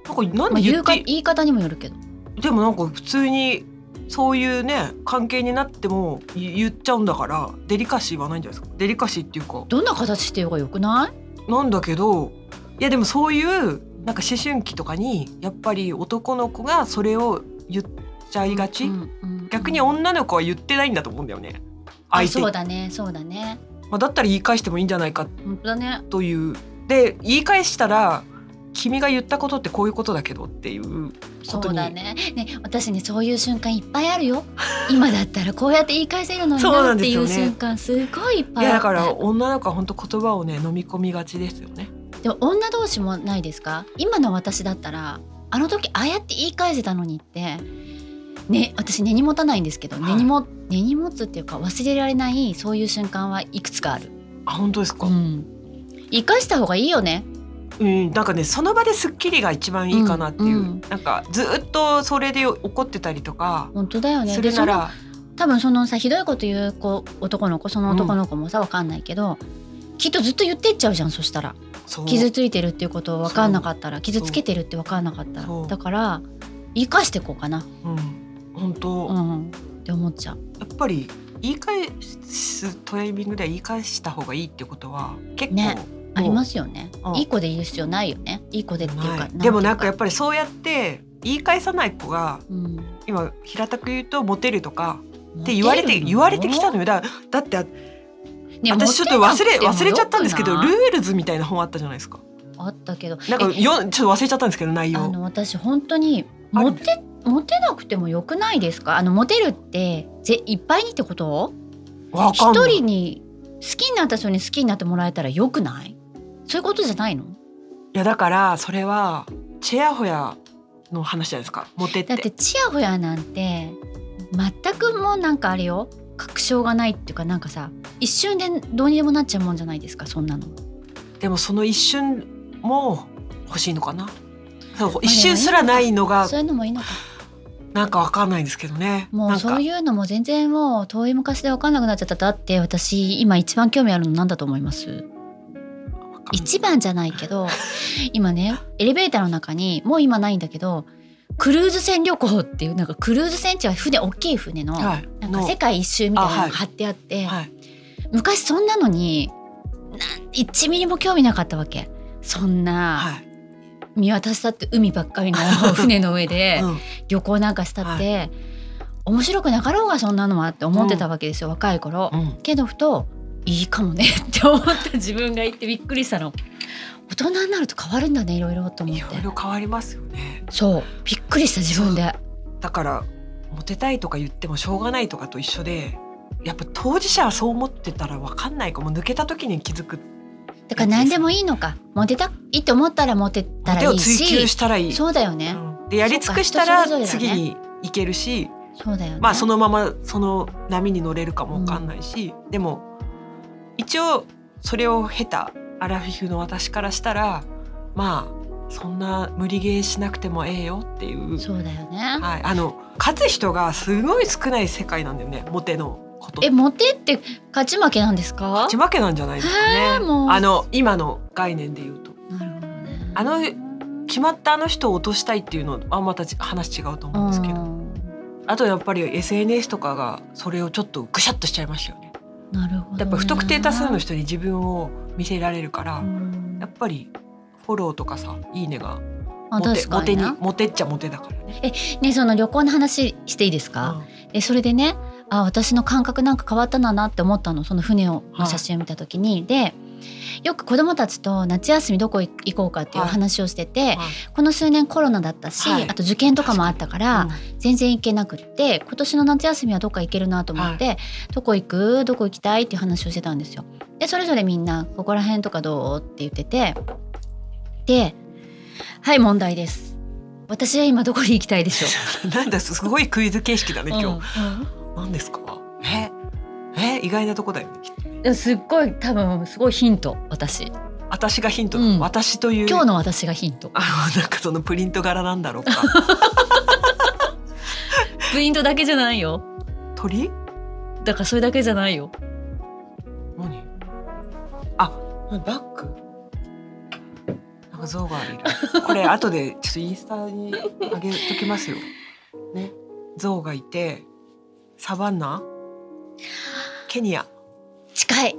Speaker 3: なんかなん
Speaker 2: まあ、
Speaker 3: で
Speaker 2: 言
Speaker 3: 言っ
Speaker 2: うか
Speaker 3: て
Speaker 2: 言い方にもよるけど
Speaker 3: でもなんか普通にそういうね関係になっても言言っちゃうんだからデリカシーはないんじゃないですかデリカシーっていうか
Speaker 2: どんな形してようがよくない
Speaker 3: なんだけどいやでもそういうなんか思春期とかにやっぱり男の子がそれを言っちゃいがち、
Speaker 2: うんうんうん
Speaker 3: 逆に女の子は言ってないんだと思うんだよね
Speaker 2: あ
Speaker 3: 相手
Speaker 2: そ
Speaker 3: だ,、
Speaker 2: うだねそうだね
Speaker 3: まあ、だったら言い返してもいいんじゃないか
Speaker 2: 本当だね
Speaker 3: というで言い返したら君が言ったことってこういうことだけどっていう
Speaker 2: そ
Speaker 3: 当に
Speaker 2: うだねね私ねそういう瞬間いっぱいあるよ今だったらこうやって言い返せるのに
Speaker 3: そう
Speaker 2: な
Speaker 3: な
Speaker 2: っ
Speaker 3: ん
Speaker 2: て
Speaker 3: です
Speaker 2: い
Speaker 3: よ
Speaker 2: う
Speaker 3: ね
Speaker 2: 瞬間すごいいっぱ
Speaker 3: い
Speaker 2: い
Speaker 3: や
Speaker 2: あ
Speaker 3: だ
Speaker 2: っ
Speaker 3: から
Speaker 2: た
Speaker 3: 女の子は本当言葉をね飲み込みがちですよね
Speaker 2: でも女同士もないですか今の私だったらあの時ああやって言い返せたのにってね私根に持たないんですけど、
Speaker 3: はい
Speaker 2: 根にも根に持つっていうか忘れられないそういう瞬間はいくつかある、
Speaker 3: あ本当ですか、
Speaker 2: うん、言い返した方がいいよね
Speaker 3: うん、なんかねその場ですっきりが一番いいかなっていう、
Speaker 2: うんうん
Speaker 3: なんかずっとそれで怒ってたりとか
Speaker 2: 本当だよね
Speaker 3: するな
Speaker 2: でその
Speaker 3: ら、
Speaker 2: 多分そのさひどいこと言う子男の子その男の子もさわかんないけど、きっとずっと言ってっちゃうじゃんそしたら
Speaker 3: そう
Speaker 2: 傷ついてるっていうことを分かんなかったら
Speaker 3: う
Speaker 2: 傷つけてるって分かんなかった
Speaker 3: そ
Speaker 2: ら
Speaker 3: う
Speaker 2: だから言い返していこうかな、
Speaker 3: うん、本当、
Speaker 2: う
Speaker 3: や
Speaker 2: ん、って思っちゃう
Speaker 3: っぱり言い返すタイミングでは言い返した方がいいってことは結構、
Speaker 2: ねありますすよね
Speaker 3: うん
Speaker 2: いい子でいる必要ないよねいい子でっていうか
Speaker 3: でもなんかやっ
Speaker 2: ぱ
Speaker 3: ぱりそうやって言い返さない子が今平たく言うとモテるとかって言われて言われてきたのよだだってあ私ちょっと忘れ忘れちゃったんですけどルールズみたいな本あったじゃないですか
Speaker 2: あったけど
Speaker 3: なんか
Speaker 2: え
Speaker 3: よちょっと忘れちゃったんですけど内
Speaker 2: あ
Speaker 3: 容
Speaker 2: の私本当に
Speaker 3: あ
Speaker 2: モテモテなくてもよくないですかあのモテるってぜいっぱいにってこと
Speaker 3: わ
Speaker 2: 一
Speaker 3: かんない
Speaker 2: 人に好きになった人に好きになってもらえたらよくないそういうことじゃないの
Speaker 3: いやだからそれはチェアホヤの話じゃないですかモテっ
Speaker 2: だって
Speaker 3: て
Speaker 2: チヤホヤなんて全くもうなんかあれよ確証がないっていうかなんかさ一瞬でどうにでもなっちゃうもんじゃないですかそんなの
Speaker 3: でもその一瞬も欲しいのかなそう
Speaker 2: でも
Speaker 3: 一瞬すらないのが
Speaker 2: そういうのもいいのか
Speaker 3: なんかわかんないんですけどね
Speaker 2: も
Speaker 3: な
Speaker 2: うんそ
Speaker 3: か
Speaker 2: ういうのも全然もう遠い昔で分かんなくなっちゃっただって私今一番興味あるの何だと思います
Speaker 3: わかんない
Speaker 2: 一番じゃないけど今ねエレベーターの中にもう今ないんだけどクルーズ船旅行っていうなんかクルーズ船っていうのは船大きい船の、
Speaker 3: はい
Speaker 2: なんか
Speaker 3: の
Speaker 2: 世界一周みたいなの
Speaker 3: あは
Speaker 2: が
Speaker 3: い
Speaker 2: 貼ってあって
Speaker 3: はい
Speaker 2: 昔そんなのになん1ミリも興味なかったわけそんな
Speaker 3: はい
Speaker 2: 見渡したって海ばっ かりの船の上で
Speaker 3: うん
Speaker 2: 旅行なんかしたって、面白くなかろうがそんなのはって思ってたわけですよ、若い頃、
Speaker 3: うん
Speaker 2: けどふといいかもねって思った自分がいてびっくりしたの大人になると変わるんだねいろいろと思っ
Speaker 3: い
Speaker 2: て
Speaker 3: ろいろ変わりますよね
Speaker 2: そうびっくりした自分で
Speaker 3: だからモテたいとか言ってもしょうがないとかと一緒でやっぱ当事者はそう思ってたらわかんないかも抜けた時に気づく
Speaker 2: だから何でもいいのかモテたいと思ったらモテたら
Speaker 3: 手
Speaker 2: い
Speaker 3: を
Speaker 2: い
Speaker 3: 追求
Speaker 2: し
Speaker 3: したらいい
Speaker 2: そうだよね、
Speaker 3: うんでやり尽くしたら
Speaker 2: そうか人それぞれ
Speaker 3: 次
Speaker 2: だね
Speaker 3: に行けるし、
Speaker 2: そうだよね
Speaker 3: まあそのままその波に乗れるかもわかんないし、でも一応それを経たアラフィフの私からしたらまあそんな無理ゲーしなくてもええよっていう
Speaker 2: そうだよね
Speaker 3: はい、あの勝つ人がすごい少ない世界なんだよねモテのこと
Speaker 2: え、モテって勝ち負けなんですか
Speaker 3: ち。まけなんじゃないですかね。
Speaker 2: もう
Speaker 3: あの今の概念で言うと
Speaker 2: なるほどね。
Speaker 3: あの決まったあの人を落としたいっていうのはまた話違うと思うんですけど、
Speaker 2: うん
Speaker 3: あとやっぱり SNS とかがそれをちょっとぐしゃっとしちゃいましたよね。
Speaker 2: なるほど、ね。
Speaker 3: やっぱ不特定多数の人に自分を見せられるから、
Speaker 2: うん
Speaker 3: やっぱりフォローとかさいいねが
Speaker 2: あ
Speaker 3: モテ
Speaker 2: 確
Speaker 3: モ
Speaker 2: か
Speaker 3: テ
Speaker 2: に
Speaker 3: に
Speaker 2: な。
Speaker 3: モテっちゃモテだからね。
Speaker 2: ね、その旅行の話していいですか。え、それでね、あ、私の感覚なんか変わったななって思ったの。その船をの写真を見た時に、で。よく子供たちと夏休みどこ行こうかっていう
Speaker 3: はい
Speaker 2: 話をしてて、
Speaker 3: はい
Speaker 2: この数年コロナだったし、
Speaker 3: はい
Speaker 2: あと受験とかもあったから
Speaker 3: うん
Speaker 2: 全然行けなくって今年の夏休みはどっか行けるなと思って、どこ行くどこ行きたいっていう話をしてたんですよ。でそれぞれみんな「ここら辺とかどう?」って言っててで「はい問題です」「私は今どこに行きたいでしょ
Speaker 3: なんだすごいクイズ形式だ
Speaker 2: う?」
Speaker 3: ね今日。何ですかええ意外なとこだよねきっと
Speaker 2: うんすっごい多分すごいヒント私
Speaker 3: 私がヒントなの、
Speaker 2: うん
Speaker 3: 私という
Speaker 2: 今日の私がヒント
Speaker 3: あのなんかそのプリント柄なんだろうか
Speaker 2: プリントだけじゃないよ
Speaker 3: 鳥
Speaker 2: だからそれだけじゃないよ
Speaker 3: 何あバッグなんか象がいる これ後でちょっとインスタに上げときますよね象がいてサバンナケニア
Speaker 2: 近い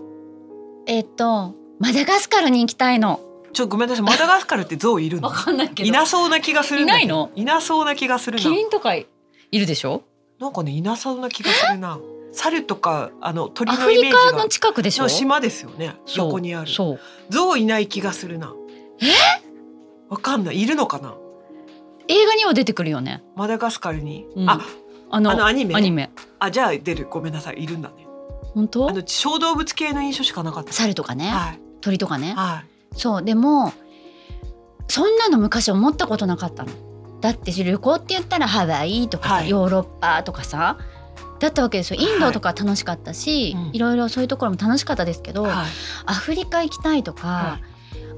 Speaker 2: えっとマダガスカルに行きたいの
Speaker 3: ちょっとごめんなさいマダガスカルって象いるの
Speaker 2: わかんないけど
Speaker 3: いなそうな気がするんだけど
Speaker 2: いないの
Speaker 3: いなそうな気がするな
Speaker 2: キリンとかいるでしょ
Speaker 3: なんかねいなそうな気がするな猿とかあの鳥
Speaker 2: ア
Speaker 3: の
Speaker 2: フ
Speaker 3: イメー
Speaker 2: リ
Speaker 3: ジが
Speaker 2: カの近くでしょ
Speaker 3: の島ですよね
Speaker 2: そう
Speaker 3: 横にある
Speaker 2: そう
Speaker 3: 象いない気がするなえわかんないいるのかな
Speaker 2: 映画には出てくるよね
Speaker 3: マダガスカルに、
Speaker 2: うん
Speaker 3: あ
Speaker 2: あの
Speaker 3: あのアニメ
Speaker 2: アニメ
Speaker 3: あじゃあ出るごめんなさいいるんだね
Speaker 2: 本当
Speaker 3: あの小動物系の印象しかなかった
Speaker 2: 猿とかね、
Speaker 3: は
Speaker 2: 鳥とかね
Speaker 3: いは
Speaker 2: そうでもそんなの昔思ったことなかったのだって旅行って言ったらハワイとかさ、
Speaker 3: はい
Speaker 2: ヨーロッパとかさだったわけですよインドとか楽しかったし、
Speaker 3: はいうん
Speaker 2: いろいろそういうところも楽しかったですけど、
Speaker 3: いはい
Speaker 2: アフリカ行きたいとか、
Speaker 3: は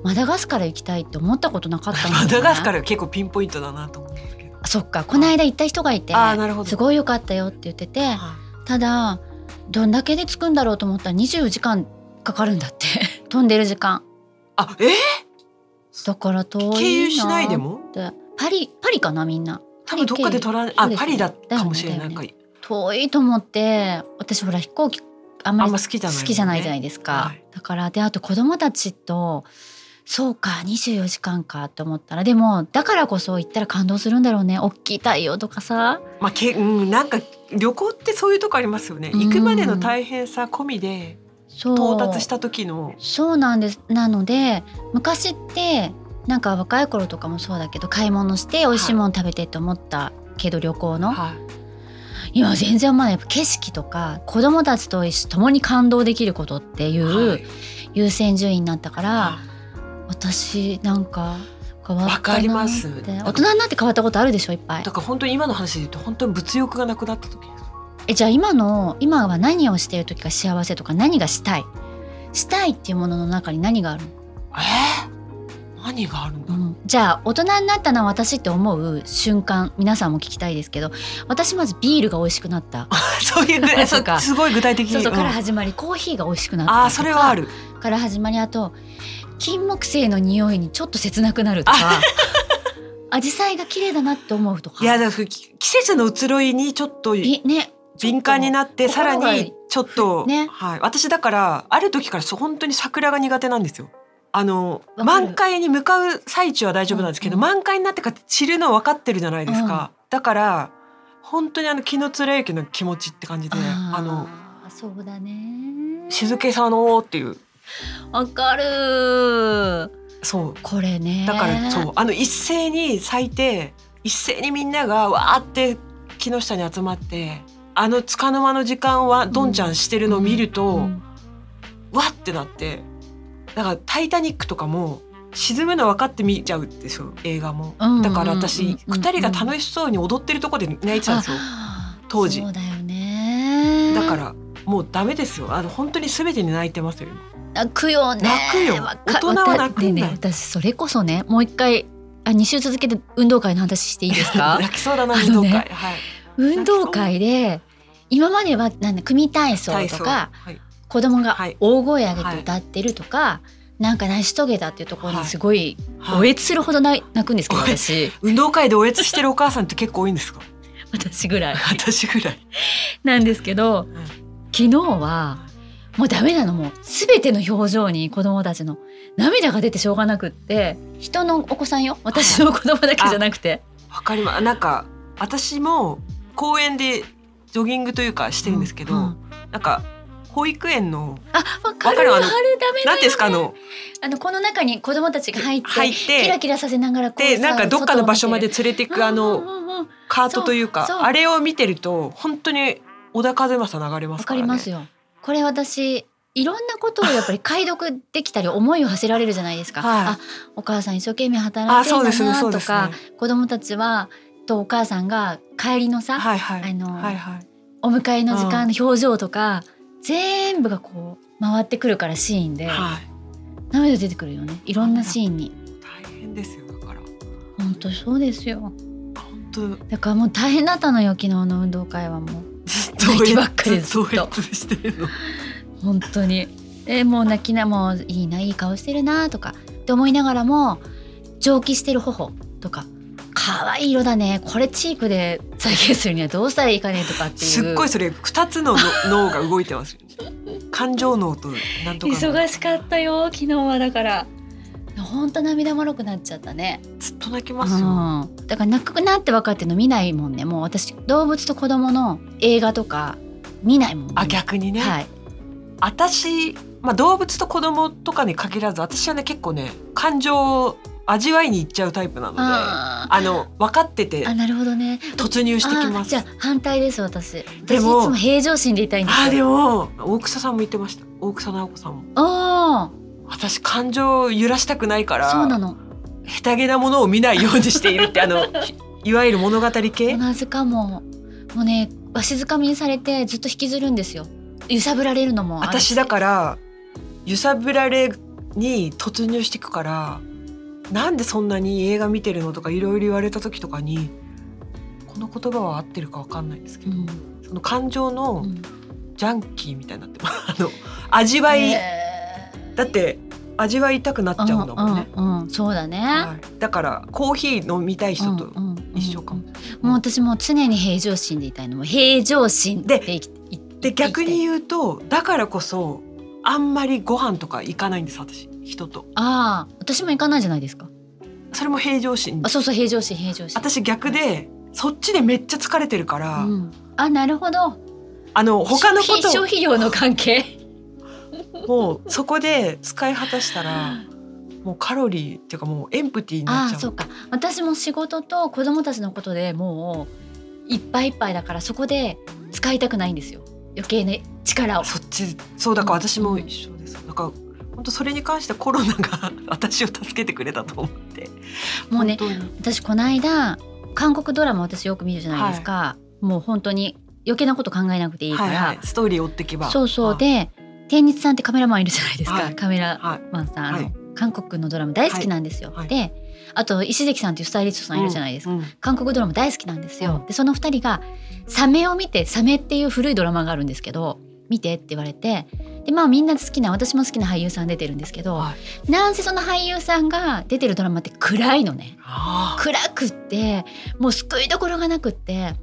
Speaker 2: マダガスカル行きたいって思ったことなかったんだよ
Speaker 3: マ
Speaker 2: ね
Speaker 3: ダガスカルは結構ピンポイントだなと思うんですけど
Speaker 2: そっかこの間行った人がいて
Speaker 3: あーなるほど
Speaker 2: すごい良かったよって言ってて
Speaker 3: は
Speaker 2: ただどんだけで着くんだろうと思ったら24時間かかるんだって 飛んでる時間
Speaker 3: いあえ
Speaker 2: だから遠いな
Speaker 3: 経由しないでも
Speaker 2: ってパリパリかなみんな
Speaker 3: 多分どっかで取ら
Speaker 2: そう
Speaker 3: あ
Speaker 2: です
Speaker 3: パリだったかもしれない、
Speaker 2: だよね
Speaker 3: なんか
Speaker 2: 遠いと思って私ほら飛行機あんま
Speaker 3: あん
Speaker 2: り
Speaker 3: ま
Speaker 2: 好
Speaker 3: 好きじゃない、
Speaker 2: きじゃないじゃない
Speaker 3: い
Speaker 2: ですか、
Speaker 3: はい
Speaker 2: だからであと子供たちとそうか24時間かと思ったらでもだからこそ行ったら感動するんだろうね大きい太陽とかさ
Speaker 3: まあけうんなんか旅行ってそういうとこありますよね
Speaker 2: うん
Speaker 3: 行くまでの大変さ込みで
Speaker 2: そう
Speaker 3: 到達した時の
Speaker 2: そうなんですなので昔ってなんか若い頃とかもそうだけど買い物して美味しいもの食べてって思ったけど旅行の、
Speaker 3: はい
Speaker 2: 今全然まだやっぱ景色とか子供たちと一緒共に感動できることっていう
Speaker 3: はい
Speaker 2: 優先順位になったから、私なんか変わったなって
Speaker 3: わかりま
Speaker 2: 大
Speaker 3: す
Speaker 2: 人になって変わったことあるでしょいっぱい
Speaker 3: だから本当に今の話で言うと本当に物欲がなくなった時です
Speaker 2: えじゃあ今の今は何をしている時が幸せとか何がしたいしたいっていうものの中に何がある
Speaker 3: えー、何があるんだ
Speaker 2: の、
Speaker 3: ろう、
Speaker 2: うんじゃあ大人になったな私って思う瞬間皆さんも聞きたいですけど私まずビールが美味しくなった
Speaker 3: そういうぐらい
Speaker 2: そうか
Speaker 3: そうすごい具体的に
Speaker 2: そうそう
Speaker 3: うん
Speaker 2: から始まりコーヒーが美味しくなったとか
Speaker 3: ああそれはある
Speaker 2: から始まりあと金木犀の匂いにちょっと切なくなると か紫陽花が綺麗だなって思うとか
Speaker 3: いやだからき季節の移ろいにちょっと
Speaker 2: びね
Speaker 3: 敏感になってさら
Speaker 2: 心が
Speaker 3: にちょっと、
Speaker 2: ね
Speaker 3: はい、私だからある時からそう本当に桜が苦手なんですよ。あの
Speaker 2: わかる
Speaker 3: 満開に向かう最中は大丈夫なんですけど、
Speaker 2: うんうん
Speaker 3: 満開になってから散るの分かってるじゃないですか、だから本当にあの気の貫之の気持ちって感じであ
Speaker 2: あ
Speaker 3: の
Speaker 2: のそうだね
Speaker 3: 静けさのっていう
Speaker 2: わかる
Speaker 3: そう
Speaker 2: これね
Speaker 3: だからそうあの一斉に咲いて一斉にみんながわーって木の下に集まってあの束の間の時間はどんちゃんしてるのを見ると、
Speaker 2: うん
Speaker 3: わってなってだから「タイタニック」とかも沈むの分かって見ちゃうでしょ映画も
Speaker 2: うんうんうんうんうん
Speaker 3: だから私二人が楽しそうに踊ってるとこで泣いてたんですよ
Speaker 2: あ
Speaker 3: 当時
Speaker 2: そうだよね
Speaker 3: だからもうダメですよあの本当に全てに泣いてますよ
Speaker 2: 泣くよね
Speaker 3: 泣くよ
Speaker 2: わか
Speaker 3: 大人は泣くんだよ
Speaker 2: わかってね私それこそねもう一回あ二週続けて運動会の話していいですか
Speaker 3: 泣きそうだな
Speaker 2: あ
Speaker 3: 運動
Speaker 2: の
Speaker 3: 会、
Speaker 2: ね
Speaker 3: はい
Speaker 2: 運動会で今まではなんだ組体操
Speaker 3: 体
Speaker 2: と
Speaker 3: 操
Speaker 2: か
Speaker 3: はい、
Speaker 2: 子供が
Speaker 3: はい
Speaker 2: 大声上げて歌ってるとか、なんか成し遂げたっていうところにすごい
Speaker 3: は
Speaker 2: お
Speaker 3: い
Speaker 2: えつするほど泣い泣くんですけど
Speaker 3: おえ
Speaker 2: 私
Speaker 3: 運動会でおえつしてるお母さんって結構多いんですか
Speaker 2: 私ぐらい
Speaker 3: 私ぐらい
Speaker 2: なんですけど、
Speaker 3: ん
Speaker 2: 昨日はもうダメなのもう全ての表情に子供たちの涙が出てしょうがなくって人のお子さんよ私の子供だけじゃなくて
Speaker 3: わかりますなんか私も公園でジョギングというかしてるんですけど、
Speaker 2: うんうん
Speaker 3: なんか保育園の
Speaker 2: あわかるわ
Speaker 3: わか
Speaker 2: かる
Speaker 3: るあの
Speaker 2: ダメだ
Speaker 3: 何
Speaker 2: よ、ね、
Speaker 3: ですかあの
Speaker 2: あのこの中に子供たちが入って
Speaker 3: 入って
Speaker 2: キラキラさせながらこう
Speaker 3: で
Speaker 2: さ
Speaker 3: なんかどっかの場所まで
Speaker 2: 外を
Speaker 3: 連れて
Speaker 2: 見て
Speaker 3: く
Speaker 2: る
Speaker 3: あ
Speaker 2: うん
Speaker 3: の
Speaker 2: うんうんうん
Speaker 3: カートというか
Speaker 2: そうそう
Speaker 3: あれを見てると本当に小田和正流れま
Speaker 2: わ
Speaker 3: す
Speaker 2: か
Speaker 3: から
Speaker 2: り
Speaker 3: ね。
Speaker 2: ますよ。これ私いろんなことをやっぱり解読できたり思いを馳せられるじゃないですか。
Speaker 3: はい
Speaker 2: あお母さん一生懸命働
Speaker 3: あ
Speaker 2: いて
Speaker 3: そ
Speaker 2: る
Speaker 3: うんですね
Speaker 2: だ
Speaker 3: そう
Speaker 2: な
Speaker 3: で
Speaker 2: と
Speaker 3: すね。
Speaker 2: か、子供たちはとお母さんが帰りのさ、
Speaker 3: はいはい
Speaker 2: あの
Speaker 3: はいはい。
Speaker 2: お迎えの時間の表情とか、全部がこう回ってくるからシーンで、
Speaker 3: はい。
Speaker 2: 涙出てくるよねいろんなシーンに
Speaker 3: 大変ですよだから
Speaker 2: 本当そうですよ
Speaker 3: 本当
Speaker 2: だからもう大変だったのよ昨日の運動会はもう
Speaker 3: ずっ
Speaker 2: 泣きばっかりず
Speaker 3: 増
Speaker 2: っと
Speaker 3: 越してるの
Speaker 2: 本当にえもう泣きなもういいないい顔してるなとかって思いながらも蒸気してる頬とか可愛い色だねこれチークで再現するにはどうしたらいいかねとかっていう
Speaker 3: すっごいそれ二つのの脳が動いてますよね感情脳となんとか脳
Speaker 2: 忙しかったよ昨日はだから本当涙もろくなっちゃったね
Speaker 3: ずっと泣きますよ
Speaker 2: うん、だから泣くなって分かってるの見ないもんねもう私動物と子供の映画とか見ないもんね
Speaker 3: あ逆にね、
Speaker 2: はい
Speaker 3: 私まあ動物と子供とかに限らず私はね結構ね感情を味わいに行っちゃうタイプなのであ
Speaker 2: あ
Speaker 3: の分かってて
Speaker 2: ーあなるほどね
Speaker 3: 突入してきま
Speaker 2: あ
Speaker 3: す
Speaker 2: じゃあ反対です私私
Speaker 3: で
Speaker 2: いつ
Speaker 3: も
Speaker 2: も平常心でいたいんですよ
Speaker 3: あーでも大草さんも言ってました大草直子さんも
Speaker 2: あ
Speaker 3: 私感情を揺らしたくないか
Speaker 2: あそうな
Speaker 3: ら
Speaker 2: の
Speaker 3: 下手げなものを見ないようにしているってあ のいわゆる物語系
Speaker 2: 同じかももうねわしづかみにされてずっと引きずるんですよ揺さぶられるのもあれ
Speaker 3: 私だから揺さぶられに突入していくからなんでそんなに映画見てるのとかいろいろ言われた時とかにこの言葉は合ってるかわかんないですけ
Speaker 2: う
Speaker 3: ど、
Speaker 2: ん
Speaker 3: その感情
Speaker 2: う
Speaker 3: の
Speaker 2: ん
Speaker 3: ジャンキーみたいになってます あの味わい、
Speaker 2: えー
Speaker 3: だって味わいたくなっちゃうんだもんね、
Speaker 2: うんうんうんそうだね、
Speaker 3: はいだからコーヒー飲みたい人
Speaker 2: う
Speaker 3: と
Speaker 2: んうんうん
Speaker 3: 一緒かも、
Speaker 2: もう私もう常に平常心でいたいのもう平常心で生きい
Speaker 3: で逆に言うとだからこそあんまりご飯とか行かないんです私人と
Speaker 2: ああ私も行かないじゃないですか
Speaker 3: それも平常心
Speaker 2: あそうそう平常心平常心
Speaker 3: 私逆でそっちでめっちゃ疲れてるから、
Speaker 2: うん、あなるほど
Speaker 3: あの他のこ
Speaker 2: 消費消費量の関係
Speaker 3: とをもうそこで使い果たしたらもうカロリーっていうかもうエンプティーにな
Speaker 2: あ
Speaker 3: っ
Speaker 2: あ
Speaker 3: ち
Speaker 2: そ
Speaker 3: ゃ
Speaker 2: う
Speaker 3: う
Speaker 2: か私も仕事と子供たちのことでもういっぱいいっぱいだからそこで使いたくないんですよ余計な力を
Speaker 3: そっちそうだから私も一緒です、なんか本当それに関してコロナが 私を助けてくれたと思って
Speaker 2: もうね
Speaker 3: 本当に
Speaker 2: 私この間韓国ドラマ私よく見るじゃないですか、もう本当に余計なこと考えなくていいから、
Speaker 3: はいはい、ストーリー追ってけば
Speaker 2: そうそうで天日さんってカメラマンいるじゃないですか、
Speaker 3: はい
Speaker 2: カメラ
Speaker 3: はい
Speaker 2: マンさん、あの
Speaker 3: はい
Speaker 2: 韓国のドラマ大好きなんですよ、
Speaker 3: はいはい
Speaker 2: であと石関さんっていうスタイリストさんいるじゃないですか、
Speaker 3: うんうん
Speaker 2: 韓国ドラマ大好きなんですよ、
Speaker 3: うん
Speaker 2: でその2人がサメを見てサメっていう古いドラマがあるんですけど見てって言われてでまあみんな好きな私も好きな俳優さん出てるんですけど、
Speaker 3: は
Speaker 2: なんせその俳優さんが出てるドラマって暗いのね
Speaker 3: あ
Speaker 2: 暗くってもう救いどころがなくって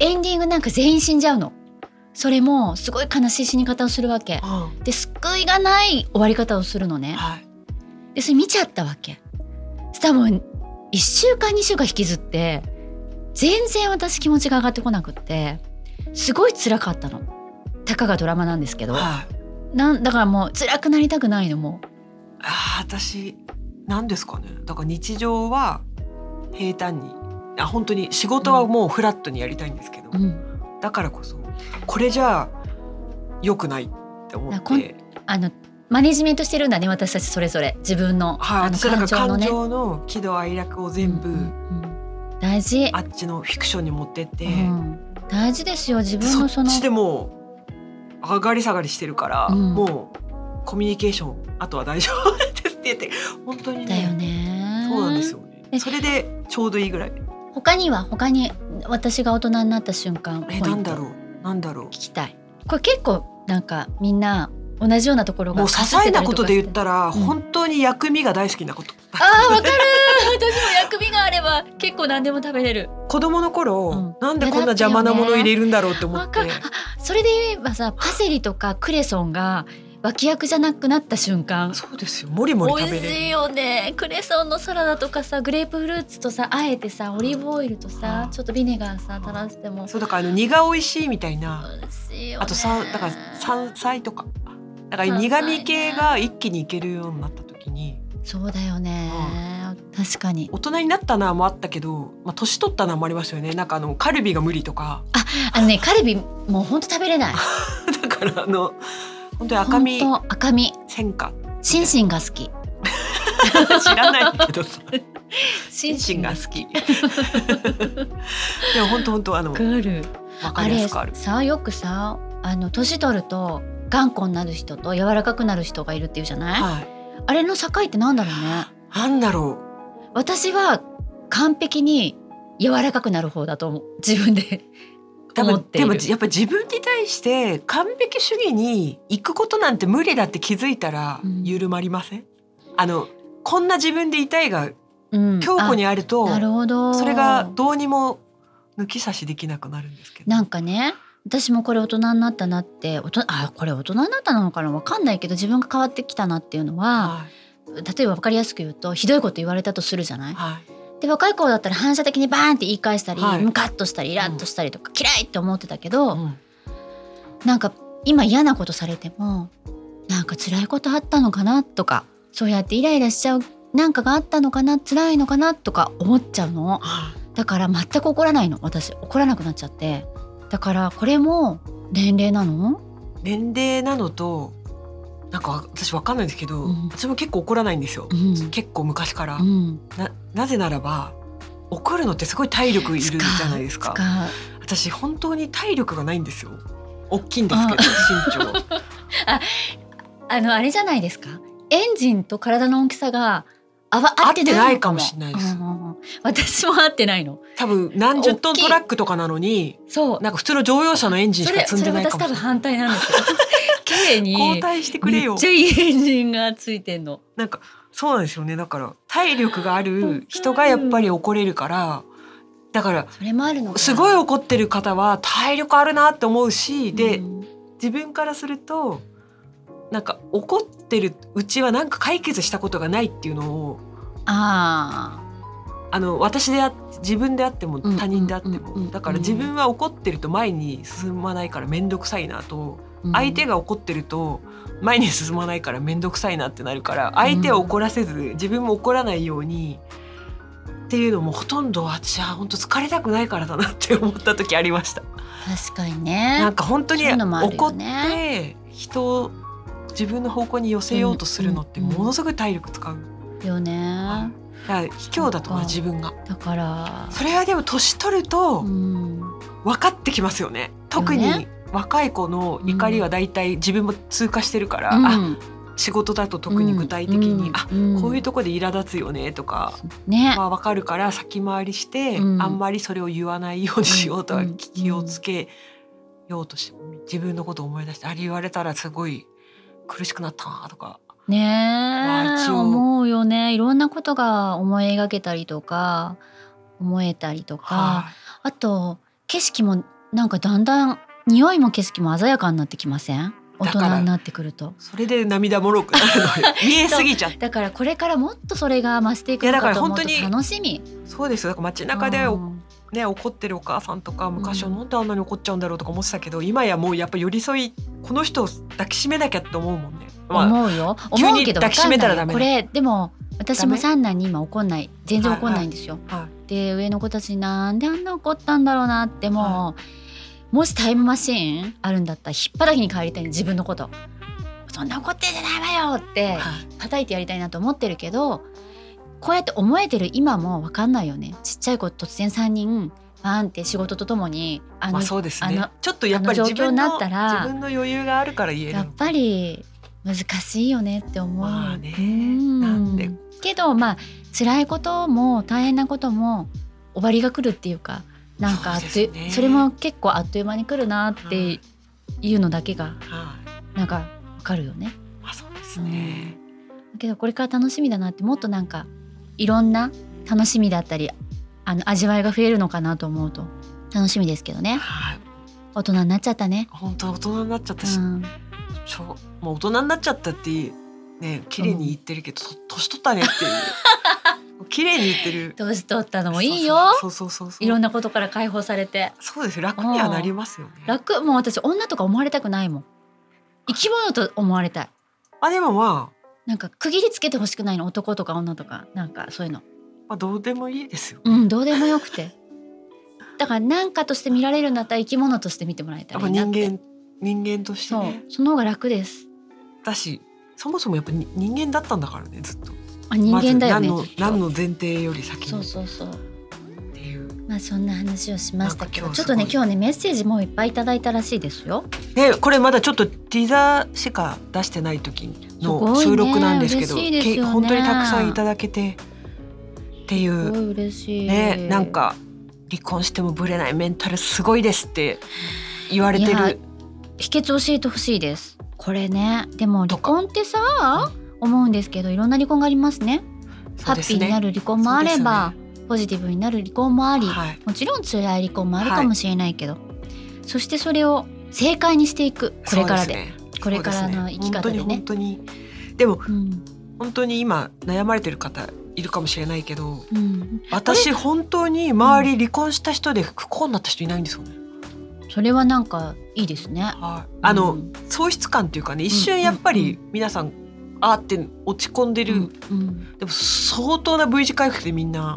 Speaker 2: エンディングなんか全員死んじゃうのそれもすごい悲しい死に方をするわけ
Speaker 3: あ、うん
Speaker 2: で救いがない終わり方をするのね
Speaker 3: はい、
Speaker 2: でそれ見ちゃったわけ多分1週間2週間引きずって全然私気持ちが上がってこなくってすごい辛かったのたかがドラマなんですけど
Speaker 3: はい
Speaker 2: なんだからもう辛くなりたくないのもう
Speaker 3: あー私何ですかねだから日常は平坦にあ本当に仕事はもうフラットにやりたいんですけど、
Speaker 2: うん、
Speaker 3: だからこそこれじゃあ良くないって思
Speaker 2: な
Speaker 3: っ
Speaker 2: こん
Speaker 3: て
Speaker 2: あのマネジメントしてるんだね私たちそれぞれ自分の,、
Speaker 3: はい
Speaker 2: あの
Speaker 3: 私はだ
Speaker 2: 感情
Speaker 3: から
Speaker 2: の
Speaker 3: 感
Speaker 2: ね
Speaker 3: 情の喜怒哀楽を全部、
Speaker 2: うんうんうん大事、
Speaker 3: あっちのフィクションに持ってって、
Speaker 2: うん、大事ですよ自
Speaker 3: で
Speaker 2: 分
Speaker 3: そ
Speaker 2: のそ
Speaker 3: っ
Speaker 2: の
Speaker 3: ちでもう上がり下がりしてるから、
Speaker 2: うん
Speaker 3: もうコミュニケーションあとは大丈夫ですって言って本当に
Speaker 2: だよね
Speaker 3: ねそうなんですよね
Speaker 2: え
Speaker 3: それでちょうどいいぐらい
Speaker 2: 他には他に私が大人になった瞬間ポイ
Speaker 3: え
Speaker 2: ント
Speaker 3: なんだろうなんだろう
Speaker 2: 聞きたいこれ結構なんかみんな同じようなところが
Speaker 3: もう些細なことで言ったら、
Speaker 2: うん
Speaker 3: 本当に薬味が大好きなこと
Speaker 2: ああーわかる私も薬味があれば結構何でも食べれる
Speaker 3: 子供の頃、
Speaker 2: うん
Speaker 3: なんでこんな邪魔なもの入れるんだろうって思
Speaker 2: わ
Speaker 3: って、
Speaker 2: かるあそれで言えばさパセリとかクレソンが脇役じゃなくなった瞬間
Speaker 3: そうですよもりもり
Speaker 2: 美
Speaker 3: 食べ
Speaker 2: 味
Speaker 3: れる
Speaker 2: しいよねクレソンのサラダとかさグレープフルーツとさあえてさオリーブオイルとさ
Speaker 3: うん
Speaker 2: ちょっとビネガーさ垂らしても
Speaker 3: そうだからあの苦が美味しいみたいな
Speaker 2: 美味しいよね
Speaker 3: あとさだから山菜とかだから苦味系が一気にいけるようになった時に
Speaker 2: そうだよね確かに
Speaker 3: 大人になったなもあったけど、まあ、年取ったなもありましたよねなんかあのカルビが無理とか
Speaker 2: あのねカルビもうほんと食べれない
Speaker 3: だからあの本当に赤身
Speaker 2: ほんと赤身
Speaker 3: 戦果
Speaker 2: シンシンが好き
Speaker 3: 知らないんだけどさ
Speaker 2: シ
Speaker 3: 心身が好 きでも本当本当あの
Speaker 2: くる
Speaker 3: わか
Speaker 2: あ
Speaker 3: りや
Speaker 2: れ
Speaker 3: すくある。
Speaker 2: さよくさあの年取ると頑固になる人と柔らかくなる人がいるっていうじゃない、
Speaker 3: はい。
Speaker 2: あれの境ってなんだろうね
Speaker 3: なんだろ
Speaker 2: 私は完璧に柔らかくなる方だと思う自分で
Speaker 3: う多
Speaker 2: 思っ
Speaker 3: 分
Speaker 2: てい
Speaker 3: で
Speaker 2: る
Speaker 3: もやっぱ自分に対して完璧主義に行くことなんて無理だって気づいたら
Speaker 2: うん
Speaker 3: 緩まりません、あのこんな自分でいたいが
Speaker 2: うん
Speaker 3: 強固にあると、
Speaker 2: あなるほど
Speaker 3: それがどうにも抜き差しできなくなるんですけど
Speaker 2: なんかね私もこれ大人になったなって大人あこれ大人になったのかなわかんないけど自分が変わってきたなっていうのは
Speaker 3: は
Speaker 2: 例えば分かりやすく言うとひどいこと言われたとするじゃないい
Speaker 3: はい
Speaker 2: で若い子だったら反射的にバーンって言い返したり、
Speaker 3: はい
Speaker 2: ムカッとしたりイラッとしたりとか、嫌いって思ってたけど、
Speaker 3: うん
Speaker 2: なんか今嫌なことされてもなんか辛いことあったのかなとかそうやってイライラしちゃうなんかがあったのかな辛いのかなとか思っちゃうの
Speaker 3: は
Speaker 2: だから全く怒らないの私怒らなくなっちゃってだからこれも年齢なの
Speaker 3: い年齢なのとなんかわ私わかんないんですけど、
Speaker 2: うん
Speaker 3: 私も結構怒らないんですよ、
Speaker 2: うん
Speaker 3: 結構昔から、
Speaker 2: うん
Speaker 3: ななぜならば怒るのってすごい体力いるじゃないですか
Speaker 2: 使う
Speaker 3: 私本当に体力がないんですよ大きいんですけど身長
Speaker 2: あのあれじゃないですかエンジンと体の大きさが合わ合って
Speaker 3: 合ってな
Speaker 2: ない
Speaker 3: い
Speaker 2: か
Speaker 3: かも
Speaker 2: も
Speaker 3: しれないです
Speaker 2: うんうんうん私も合ってないの
Speaker 3: 多分何十ト
Speaker 2: 大
Speaker 3: ン
Speaker 2: きい
Speaker 3: トラックとかなのに
Speaker 2: そう
Speaker 3: なんか普通の乗用車のエンジン
Speaker 2: そ
Speaker 3: しか
Speaker 2: れ
Speaker 3: 積ん
Speaker 2: そ
Speaker 3: で
Speaker 2: れ
Speaker 3: ない
Speaker 2: 私
Speaker 3: かも
Speaker 2: 多分
Speaker 3: しれない
Speaker 2: 反対なんです よ綺麗に
Speaker 3: 交代してくれ
Speaker 2: め
Speaker 3: よ
Speaker 2: っちゃいいエンジンがついてんの
Speaker 3: なんかそうなんですよねだから体力がある人がやっぱり怒れるからだから
Speaker 2: それもあるのかな
Speaker 3: すごい怒ってる方は体力あるなって思うしで、
Speaker 2: うん
Speaker 3: 自分からするとなんか怒ってるうちはなんか解決したことがないっていうのを
Speaker 2: あ
Speaker 3: あの私であ自分であっても
Speaker 2: んうん
Speaker 3: 他人であって
Speaker 2: うんうんう
Speaker 3: も
Speaker 2: ん
Speaker 3: だから自分は怒ってると前に進まないから面倒くさいなと
Speaker 2: ー
Speaker 3: 相手が怒ってると前に進まないから面倒くさいなってなるから相手を怒らせず自分も怒らないようにっていうのもほとんど私は本当疲れたくないからだなって思った時ありました。
Speaker 2: 確かにね
Speaker 3: なんか本当に
Speaker 2: そういうのもある
Speaker 3: 怒
Speaker 2: よ
Speaker 3: っ
Speaker 2: ね
Speaker 3: て人を自分の方向に寄せようとするのって
Speaker 2: うん
Speaker 3: ものすごい体力使う。
Speaker 2: よ
Speaker 3: は
Speaker 2: ね
Speaker 3: いだから卑怯だと思う
Speaker 2: そうか
Speaker 3: 自分が。
Speaker 2: だから
Speaker 3: それはでも年取ると
Speaker 2: うん
Speaker 3: 分かってきますよね。特
Speaker 2: よ
Speaker 3: に
Speaker 2: ね
Speaker 3: 若い子の怒りはだいたい自分も通過してるから、あ
Speaker 2: うん
Speaker 3: 仕事だと特に具体的に、あ
Speaker 2: ん
Speaker 3: こういうとこで苛立つよねとか、
Speaker 2: ね
Speaker 3: まあ、分かるから先回りして、
Speaker 2: うん
Speaker 3: あんまりそれを言わないようにしようとは
Speaker 2: うん
Speaker 3: 気をつけようとして自分のことを思い出してあれ言われたらすごい苦しくなったなとか
Speaker 2: ね
Speaker 3: あ
Speaker 2: え
Speaker 3: 一応
Speaker 2: 思うよねいろんなことが思い描けたりとか思えたりとか
Speaker 3: はい
Speaker 2: あと景色もなんかだんだん匂いも景色も鮮やかになってきません大
Speaker 3: だから
Speaker 2: 人になってくると
Speaker 3: それで涙もろくなるの よ見えすぎちゃって
Speaker 2: だからこれからもっとそれが増していく
Speaker 3: いや
Speaker 2: の
Speaker 3: だ
Speaker 2: か
Speaker 3: か
Speaker 2: らと思う
Speaker 3: 本当に
Speaker 2: と楽しみ
Speaker 3: そうですよだから街中で
Speaker 2: う
Speaker 3: お、
Speaker 2: ん
Speaker 3: ね、怒ってるお母さんとか昔は
Speaker 2: うん
Speaker 3: なんであんなに怒っちゃうんだろうとか思ってたけど、今やもうやっぱ寄り添いこの人を抱きしめなきゃって思うもんね。まあ
Speaker 2: 思うよ
Speaker 3: 急に
Speaker 2: 思うけど
Speaker 3: 抱きしめたらダメ
Speaker 2: わかんないこれでも私
Speaker 3: ダ
Speaker 2: も
Speaker 3: メ
Speaker 2: 三男に今怒んない全然怒んないんですよ、
Speaker 3: はいは
Speaker 2: で上の子たちになんであんな怒ったんだろうなってもう、もしタイムマシーンあるんだったらひっぱたきに帰りたいの自分のことそんな怒ってんじゃないわよって
Speaker 3: はい
Speaker 2: 叩いてやりたいなと思ってるけどこうやって思えてる今もわかんないよねちっちゃい子突然3人バーンって仕事とともにあ
Speaker 3: ま
Speaker 2: の
Speaker 3: あそうです
Speaker 2: あ
Speaker 3: ね
Speaker 2: の。
Speaker 3: ちょっとやっぱり
Speaker 2: あの
Speaker 3: 自
Speaker 2: 状況
Speaker 3: 分
Speaker 2: に
Speaker 3: の
Speaker 2: なったら
Speaker 3: 自分の余裕があるから言える
Speaker 2: や
Speaker 3: の
Speaker 2: っぱり難しいよねって思う。
Speaker 3: まあね
Speaker 2: うん
Speaker 3: なんで
Speaker 2: けどまあ辛いことも大変なことも終わりが来るっていうかなんかあっとい
Speaker 3: そうですね
Speaker 2: それも結構あっという間に来るなっていうのだけが
Speaker 3: はい
Speaker 2: なんかわかるよね。
Speaker 3: まあそうですね。
Speaker 2: だけどこれから楽しみだなってもっとなんかいろんな楽しみだったりあの味わいが増えるのかなと思うと楽しみですけどね
Speaker 3: はい、
Speaker 2: 大人になっちゃったね。
Speaker 3: 本当大人になっちゃったし、
Speaker 2: うん、
Speaker 3: ちょもう大人になっちゃったってね綺麗に言ってるけど、と年取ったね っていう綺麗に言ってる。
Speaker 2: 年取ったのもいいよ
Speaker 3: そうそうそうそうそう。
Speaker 2: いろんなことから解放されて
Speaker 3: そうですよ楽にはなりますよね。
Speaker 2: 楽もう私女とか思われたくないもん生き物と思われたい
Speaker 3: あでもまあ
Speaker 2: なんか区切りつけてほしくないの男とか女とかなんかそういうの
Speaker 3: まあどうでもいいですよ。
Speaker 2: うんどうでもよく てだから何かとして見られるんだったら生き物として見てもらえた
Speaker 3: やっ
Speaker 2: らい
Speaker 3: ぱ
Speaker 2: いな
Speaker 3: 人
Speaker 2: って
Speaker 3: 間人間として
Speaker 2: そう
Speaker 3: ね
Speaker 2: その方が楽です
Speaker 3: だしそもそもやっぱに人間だったんだからねずっと。
Speaker 2: あ人間だよね、
Speaker 3: まず何の何の前提より先
Speaker 2: そう
Speaker 3: に
Speaker 2: そうそう
Speaker 3: っていう
Speaker 2: まあそんな話をしましたけど、
Speaker 3: なん
Speaker 2: ち
Speaker 3: か今日す
Speaker 2: ょっ
Speaker 3: ご
Speaker 2: と
Speaker 3: い
Speaker 2: ね今日ねメッセージもういっぱいいただいたらしいですよ。
Speaker 3: ね、これまだちょっとティザーしか出してない時
Speaker 2: すごい
Speaker 3: の
Speaker 2: ね
Speaker 3: 収録なんですけど
Speaker 2: 嬉しいですよね
Speaker 3: け本当にたくさんいただけてってい
Speaker 2: すご
Speaker 3: う
Speaker 2: い嬉しい。
Speaker 3: ねなんか離婚してもブレないメンタルすごいですって言われて
Speaker 2: いや
Speaker 3: る
Speaker 2: 秘訣教えてほしいです。これねでも離婚ってさ思うんですけどいろんな離婚がありますね。ハ
Speaker 3: そうで
Speaker 2: ッピ
Speaker 3: す
Speaker 2: ーにな
Speaker 3: ね。
Speaker 2: る離婚もあれば、
Speaker 3: そ
Speaker 2: ポジティブになる離婚もあり、
Speaker 3: はい
Speaker 2: もちろん辛い離婚もあるかもしれないけど、そしてそれを正解にしていくこれからで。
Speaker 3: そうすね
Speaker 2: これからの生き方でね
Speaker 3: そうす本当に本当にでも
Speaker 2: うん
Speaker 3: 本当に今悩まれてる方いるかもしれないけど
Speaker 2: うん、
Speaker 3: 私本当に周り離婚した人で不幸になった人いないんですよね。
Speaker 2: それはなんかいいですね。
Speaker 3: はい、あの、
Speaker 2: うん
Speaker 3: 喪失感というかね一瞬やっぱり皆さん、あーって落ち込んでる、
Speaker 2: うん
Speaker 3: でも相当な V 字回復でみんな、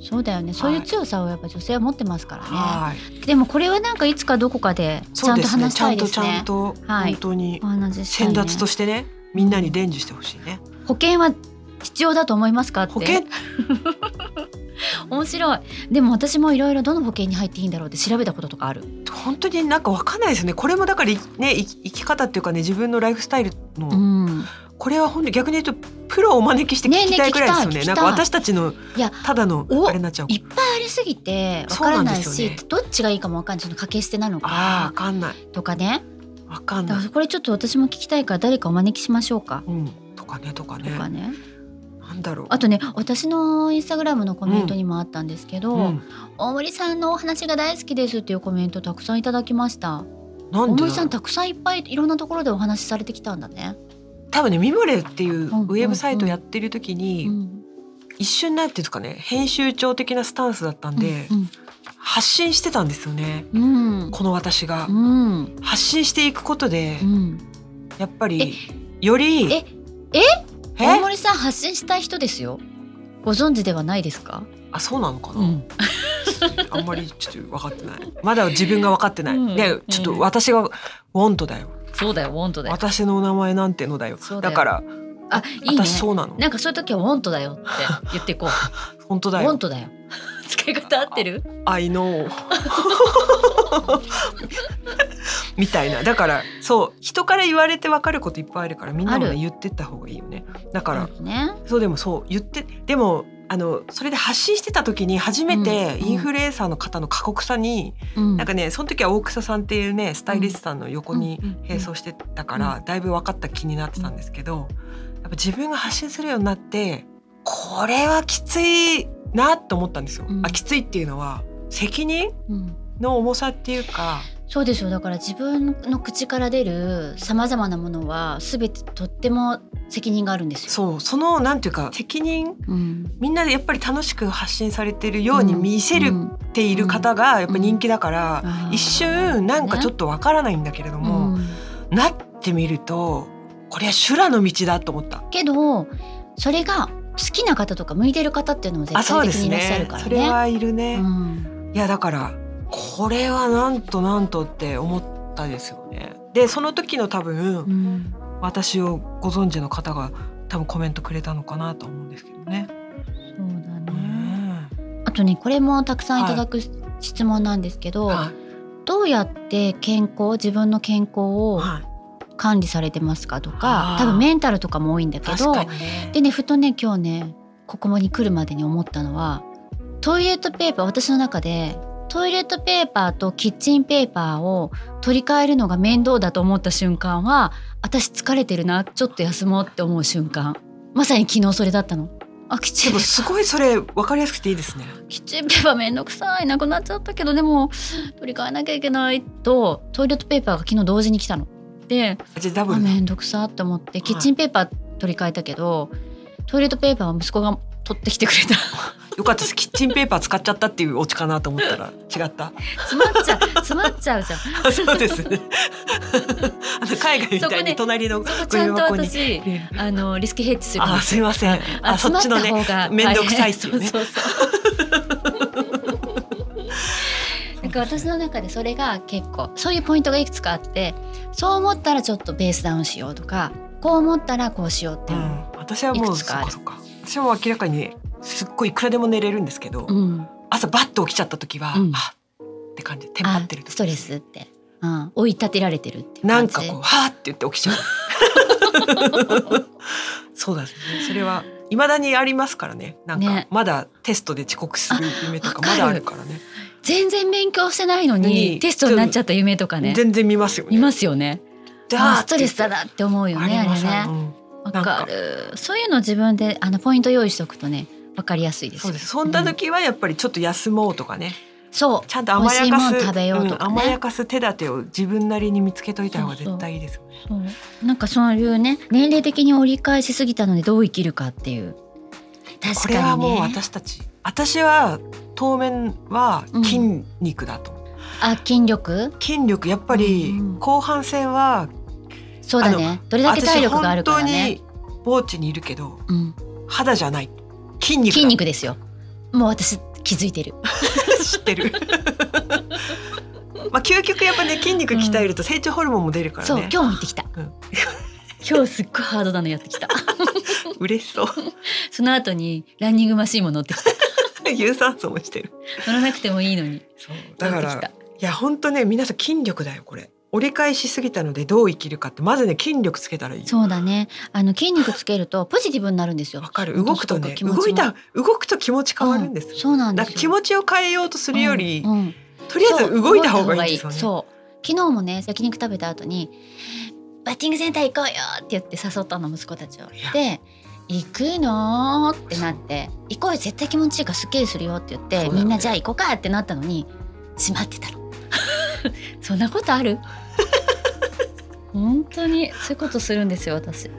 Speaker 2: そうだよねそういう強さをやっぱ女性は持ってますから
Speaker 3: はい
Speaker 2: ねでもこれはなんかいつかどこかでち
Speaker 3: そ
Speaker 2: ゃ
Speaker 3: うんで
Speaker 2: と
Speaker 3: すね
Speaker 2: 話し
Speaker 3: ち
Speaker 2: た
Speaker 3: ゃ
Speaker 2: い
Speaker 3: ん
Speaker 2: で
Speaker 3: と
Speaker 2: す
Speaker 3: ちゃ
Speaker 2: ね
Speaker 3: んと
Speaker 2: はい
Speaker 3: 本当に
Speaker 2: お話ししたい
Speaker 3: 先
Speaker 2: ね
Speaker 3: 達としてねみんなに伝授してほしいね。
Speaker 2: 保険は必要だと思いますかって
Speaker 3: 保険
Speaker 2: 面白いでも私もいろいろどの保険に入っていいんだろうって調べたこととかある
Speaker 3: 本当になんかわかんないですねこれもだからいねい生き方っていうかね自分のライフスタイルの、
Speaker 2: うん
Speaker 3: これは本当に逆に言うとプロをお招きして聞
Speaker 2: ねえねえ
Speaker 3: きたいくらいですよね
Speaker 2: 聞きた
Speaker 3: ないんか私たちの
Speaker 2: いや
Speaker 3: ただの
Speaker 2: お
Speaker 3: あれになっちゃう
Speaker 2: いっぱいありすぎてわ
Speaker 3: そう
Speaker 2: から
Speaker 3: なん
Speaker 2: な
Speaker 3: で
Speaker 2: い
Speaker 3: す
Speaker 2: し
Speaker 3: よね
Speaker 2: どっちがいいかもわかんないちょっと掛け捨てなの
Speaker 3: ああわ
Speaker 2: か
Speaker 3: かんない
Speaker 2: とかね
Speaker 3: わかん
Speaker 2: だ
Speaker 3: な
Speaker 2: か
Speaker 3: い
Speaker 2: らこれちょっと私も聞きたいから誰かお招きしましょうか
Speaker 3: うんとかねとか
Speaker 2: と
Speaker 3: ね
Speaker 2: かね
Speaker 3: なんだろう
Speaker 2: あとね私のインスタグラムのコメントにもあったんですけど、
Speaker 3: うん、
Speaker 2: 大森さんのお話が大好きですっていうコメントたくさんいただきました
Speaker 3: な
Speaker 2: 大
Speaker 3: んで
Speaker 2: 森さんたくさんいっぱいいろんなところでお話しされてきたんだね、
Speaker 3: 多分ねミモレっていうウ
Speaker 2: んうん
Speaker 3: ェブサイトやってる時
Speaker 2: う
Speaker 3: に
Speaker 2: ん、
Speaker 3: 一瞬なんていうんですかね編集長的なスタンスだったんで発信してたんですよね
Speaker 2: うんうん
Speaker 3: この私が
Speaker 2: うん
Speaker 3: 発信していくことで
Speaker 2: うん
Speaker 3: やっぱりより
Speaker 2: ええ大森さん発信したい人ですよご存知ではないですか、
Speaker 3: あそうなのかな、
Speaker 2: うん
Speaker 3: あんまりちょっと分かってないまだ自分が分かってない、
Speaker 2: うん
Speaker 3: ねちょっと私がウォントだよ
Speaker 2: そうだよウォントだよ
Speaker 3: 私のお名前なんてのだよ
Speaker 2: そうだ
Speaker 3: だ
Speaker 2: よ
Speaker 3: から
Speaker 2: あいいね
Speaker 3: 私そうなの
Speaker 2: なんかそういう時はウォントだよって言っていこう
Speaker 3: 本当
Speaker 2: ウ
Speaker 3: だ
Speaker 2: ォ
Speaker 3: よ
Speaker 2: ントだよ使い方合ってる
Speaker 3: I know みたいなだからそう人から言われて分かることいっぱいあるからみんなも
Speaker 2: ある
Speaker 3: ね言ってった方がいいよねだから
Speaker 2: ね
Speaker 3: そうでもそう言ってでもあのそれで発信してた時に初めて
Speaker 2: うん
Speaker 3: インフルエンサーの方の過酷さに、
Speaker 2: うん
Speaker 3: なんかねその時は大草さんっていうねスタイリストさんの横に
Speaker 2: うんうん
Speaker 3: 並走してたから、だいぶ分かった気になってたんですけどやっぱ自分が発信するようになってこれはきついなと思ったんですよ。
Speaker 2: うん
Speaker 3: あきついっていうのは責任
Speaker 2: うん
Speaker 3: の重さっていうか
Speaker 2: そうですよだから自分の口から出るさまざまなものは全てとっても責任があるんですよ。
Speaker 3: そうそのなんていうか責任
Speaker 2: うん
Speaker 3: みんなでやっぱり楽しく発信されてるように見せ
Speaker 2: う
Speaker 3: る
Speaker 2: ん
Speaker 3: っている方がやっぱ人気だから、
Speaker 2: あー
Speaker 3: 一瞬なんかちょっとわからないんだけれども、
Speaker 2: うん
Speaker 3: なってみるとこれは修羅の道だと思った。
Speaker 2: けどそれが好きな方とか向いてる方っていうのも絶
Speaker 3: あそう
Speaker 2: 対
Speaker 3: で
Speaker 2: 的に
Speaker 3: す
Speaker 2: いらっしゃる
Speaker 3: ね
Speaker 2: から
Speaker 3: そ
Speaker 2: ね。
Speaker 3: れはいるね、
Speaker 2: うん
Speaker 3: いやだからこれはなんとなんとって思ったですよねでその時の多分、
Speaker 2: うん
Speaker 3: 私をご存知の方が多分コメントくれたのかなと思うんですけどね、
Speaker 2: そうだ
Speaker 3: う
Speaker 2: ね
Speaker 3: ん
Speaker 2: あとねこれもたくさんいただく質問なんですけど、
Speaker 3: は
Speaker 2: どうやって健康自分の健康
Speaker 3: い
Speaker 2: を
Speaker 3: はい
Speaker 2: 管理されてますかとか
Speaker 3: あー
Speaker 2: 多分メンタルとかも多いんだけ
Speaker 3: 確
Speaker 2: ど
Speaker 3: かにね
Speaker 2: でねふとね今日ねここに来るまでに思ったのはトイレットペーパー私の中でトイレットペーパーとキッチンペーパーを取り替えるのが面倒だと思った瞬間は私疲れてるなちょっと休もうって思う瞬間まさに昨日それだったの。あキッチ
Speaker 3: で
Speaker 2: ンペ
Speaker 3: も
Speaker 2: ー
Speaker 3: すごいそれ分かりやすくていいですね
Speaker 2: パーキッチンペーパーめんどくさいなくなっちゃったけどでも取り替えなきゃいけないとトイレットペーパーが昨日同時に来たの。で
Speaker 3: じゃあダブ
Speaker 2: あ
Speaker 3: ルだ
Speaker 2: めんどくさって思ってキッチンペーパー取り替えたけど、トイレットペーパーは息子が取ってきてくれた
Speaker 3: よかったですキッチンペーパー使っちゃったっていうオチかなと思ったら違った
Speaker 2: 詰まっちゃう詰まっちゃうじゃん
Speaker 3: あそうです ねあの海外みたいに隣
Speaker 2: そ
Speaker 3: の
Speaker 2: こち
Speaker 3: ゴ
Speaker 2: ゃ
Speaker 3: ミ
Speaker 2: んと
Speaker 3: 箱に
Speaker 2: 私あのリスクヘッジするの
Speaker 3: あすいませんあそっちのね面倒くさいっすよね
Speaker 2: そうそう そうなんか私の中でそれが結構そういうポイントがいくつかあってそう思ったらちょっとベースダウンしようとかこう思ったらこうしようって
Speaker 3: う
Speaker 2: いうの、
Speaker 3: ん、私はも
Speaker 2: いうくつ
Speaker 3: そ
Speaker 2: かある
Speaker 3: っかそっか私はもう明らかにすっごいいくらでも寝れるんですけど、
Speaker 2: うん
Speaker 3: 明朝バッと起きちゃった時は、
Speaker 2: うん
Speaker 3: あって感じでテンパってる
Speaker 2: あ
Speaker 3: 時
Speaker 2: ストレスって、うん、追い立てられてるっていう
Speaker 3: な
Speaker 2: 感
Speaker 3: ん
Speaker 2: じ
Speaker 3: かこうはーって言って起きち ゃうそうだねそれは未だにありますからねなんか
Speaker 2: ね
Speaker 3: まだテストで遅刻する夢とか
Speaker 2: あわか
Speaker 3: ま
Speaker 2: る
Speaker 3: だあるからね
Speaker 2: 全然勉強してないのに
Speaker 3: に
Speaker 2: テストになっちゃった夢とかね
Speaker 3: 全然見ますよね
Speaker 2: いますよね
Speaker 3: で
Speaker 2: あ
Speaker 3: あー
Speaker 2: ーストレスだなって思うよねあ
Speaker 3: ります
Speaker 2: れね
Speaker 3: うん
Speaker 2: わ
Speaker 3: なんか
Speaker 2: かるそういうの自分であのポイント用意しておくとねわかりやすいです
Speaker 3: そうですそんな
Speaker 2: うん
Speaker 3: 時はやっぱりちょっと休もうとかね
Speaker 2: そう
Speaker 3: ちゃんと甘やか
Speaker 2: 美味しいも
Speaker 3: す
Speaker 2: の食べようとかね
Speaker 3: ん甘やかす手立てを自分なりに見つけといた方が絶対いいですよね
Speaker 2: そうなんかそういうね年齢的に折り返しすぎたのでどう生きるかっていう
Speaker 3: こ
Speaker 2: 確
Speaker 3: れ
Speaker 2: か
Speaker 3: は
Speaker 2: に
Speaker 3: もう
Speaker 2: ね
Speaker 3: 私たち私は当面は筋肉だと思う、
Speaker 2: あ筋力
Speaker 3: 筋力やっぱり
Speaker 2: うんうん
Speaker 3: 後半戦は
Speaker 2: そうだねどれだけ体力があるからね
Speaker 3: 私本当にポーチにいるけど
Speaker 2: うん、
Speaker 3: 肌じゃない筋肉だ
Speaker 2: 筋肉ですよもう私気づいてる
Speaker 3: 知って るまあ究極やっぱね筋肉鍛えると成長ホルモンも出るから
Speaker 2: そう
Speaker 3: ね
Speaker 2: 今、日も行ってきた、
Speaker 3: うん
Speaker 2: 今日すっごいハードなのやってきた
Speaker 3: 嬉しそう
Speaker 2: その後にランニングマシーンも乗ってきた
Speaker 3: 有酸素もしてる
Speaker 2: 乗らなくてもいいのに
Speaker 3: そうだか
Speaker 2: 乗ってき
Speaker 3: ら
Speaker 2: た
Speaker 3: いや本当ね皆さん筋力だよこれ折り返しすぎたのでどう生きるかってまずね筋力つけたらいい
Speaker 2: そうだねあの筋肉つけるとポジティブになるんですよ
Speaker 3: わかる動くと
Speaker 2: な
Speaker 3: ね
Speaker 2: んかすご
Speaker 3: 動
Speaker 2: 気持
Speaker 3: い
Speaker 2: ちも
Speaker 3: た動くと気持ち変わるんです、
Speaker 2: うそうなんで
Speaker 3: だ
Speaker 2: す
Speaker 3: か
Speaker 2: よ
Speaker 3: ら気持ちを変えようとするより、
Speaker 2: うんうん
Speaker 3: とりあえず動いた方がいいんですよね
Speaker 2: そう動いた方がいいそう昨日もね焼肉食べた後にバッティングセンター行こうよって言って誘ったの息子たちを
Speaker 3: いや
Speaker 2: で行くのってなって行こうよ絶対気持ちいいからすっきりするよって言って、
Speaker 3: そうだよね
Speaker 2: みんなじゃあ行こうかってなったのに閉まってたの そんなことあ る本当にそういうことするんですよ私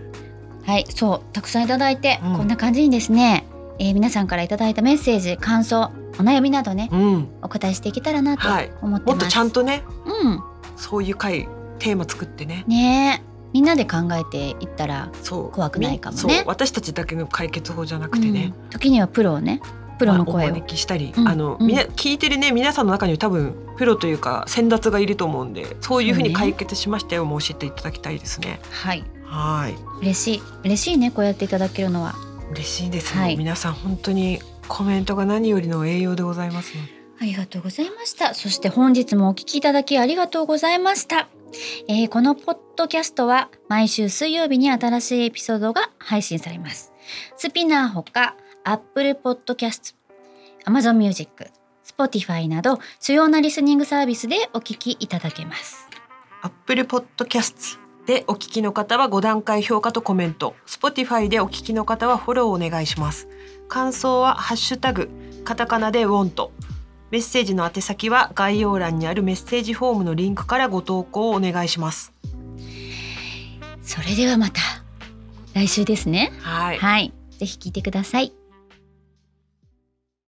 Speaker 2: はいそうたくさんいただいて、
Speaker 3: うん
Speaker 2: こんな感じにですね、えー皆さんからいただいたメッセージ感想お悩みなどね
Speaker 3: うん
Speaker 2: お答えしていけたらなと
Speaker 3: はい
Speaker 2: 思ってます、
Speaker 3: もっとちゃんとね
Speaker 2: うん、
Speaker 3: そういう回テーマ作ってね
Speaker 2: ねえみんなで考えていったら、
Speaker 3: そう
Speaker 2: 怖くないかもね
Speaker 3: みそう私たちだけの解決法じゃなくてね、
Speaker 2: うん時にはプロをねプロの声
Speaker 3: まあお
Speaker 2: を、
Speaker 3: 招きしたり、
Speaker 2: うん
Speaker 3: あの、
Speaker 2: うん
Speaker 3: みな聞いてるね皆さんの中には多分プロというか先達がいると思うんでそういうふう
Speaker 2: そう
Speaker 3: に
Speaker 2: ね
Speaker 3: 解決しましたよもう教えていただきたいですね
Speaker 2: はい
Speaker 3: はい
Speaker 2: 嬉しい嬉しいねこうやっていただけるのは
Speaker 3: 嬉しいですね、
Speaker 2: はい
Speaker 3: 皆さん本当にコメントが何よりの栄養でございますので
Speaker 2: ありがとうございましたそして本日もお聞きいただきありがとうございました、えーこのポッドキャストは毎週水曜日に新しいエピソードが配信されますスピナーほか Apple Podcast Amazon Music Spotify など主要なリスニングサービスでお聞きいただけます
Speaker 3: アップルポッドキャストでお聞きの方は5段階評価とコメント Spotify でお聞きの方はフォローお願いします感想は「ハッシュタグカタカナでウォント」メッセージの宛先は概要欄にあるメッセージフォームのリンクからご投稿をお願いします
Speaker 2: それではまた来週ですね
Speaker 3: はい
Speaker 2: はい、ぜひ聞いてください。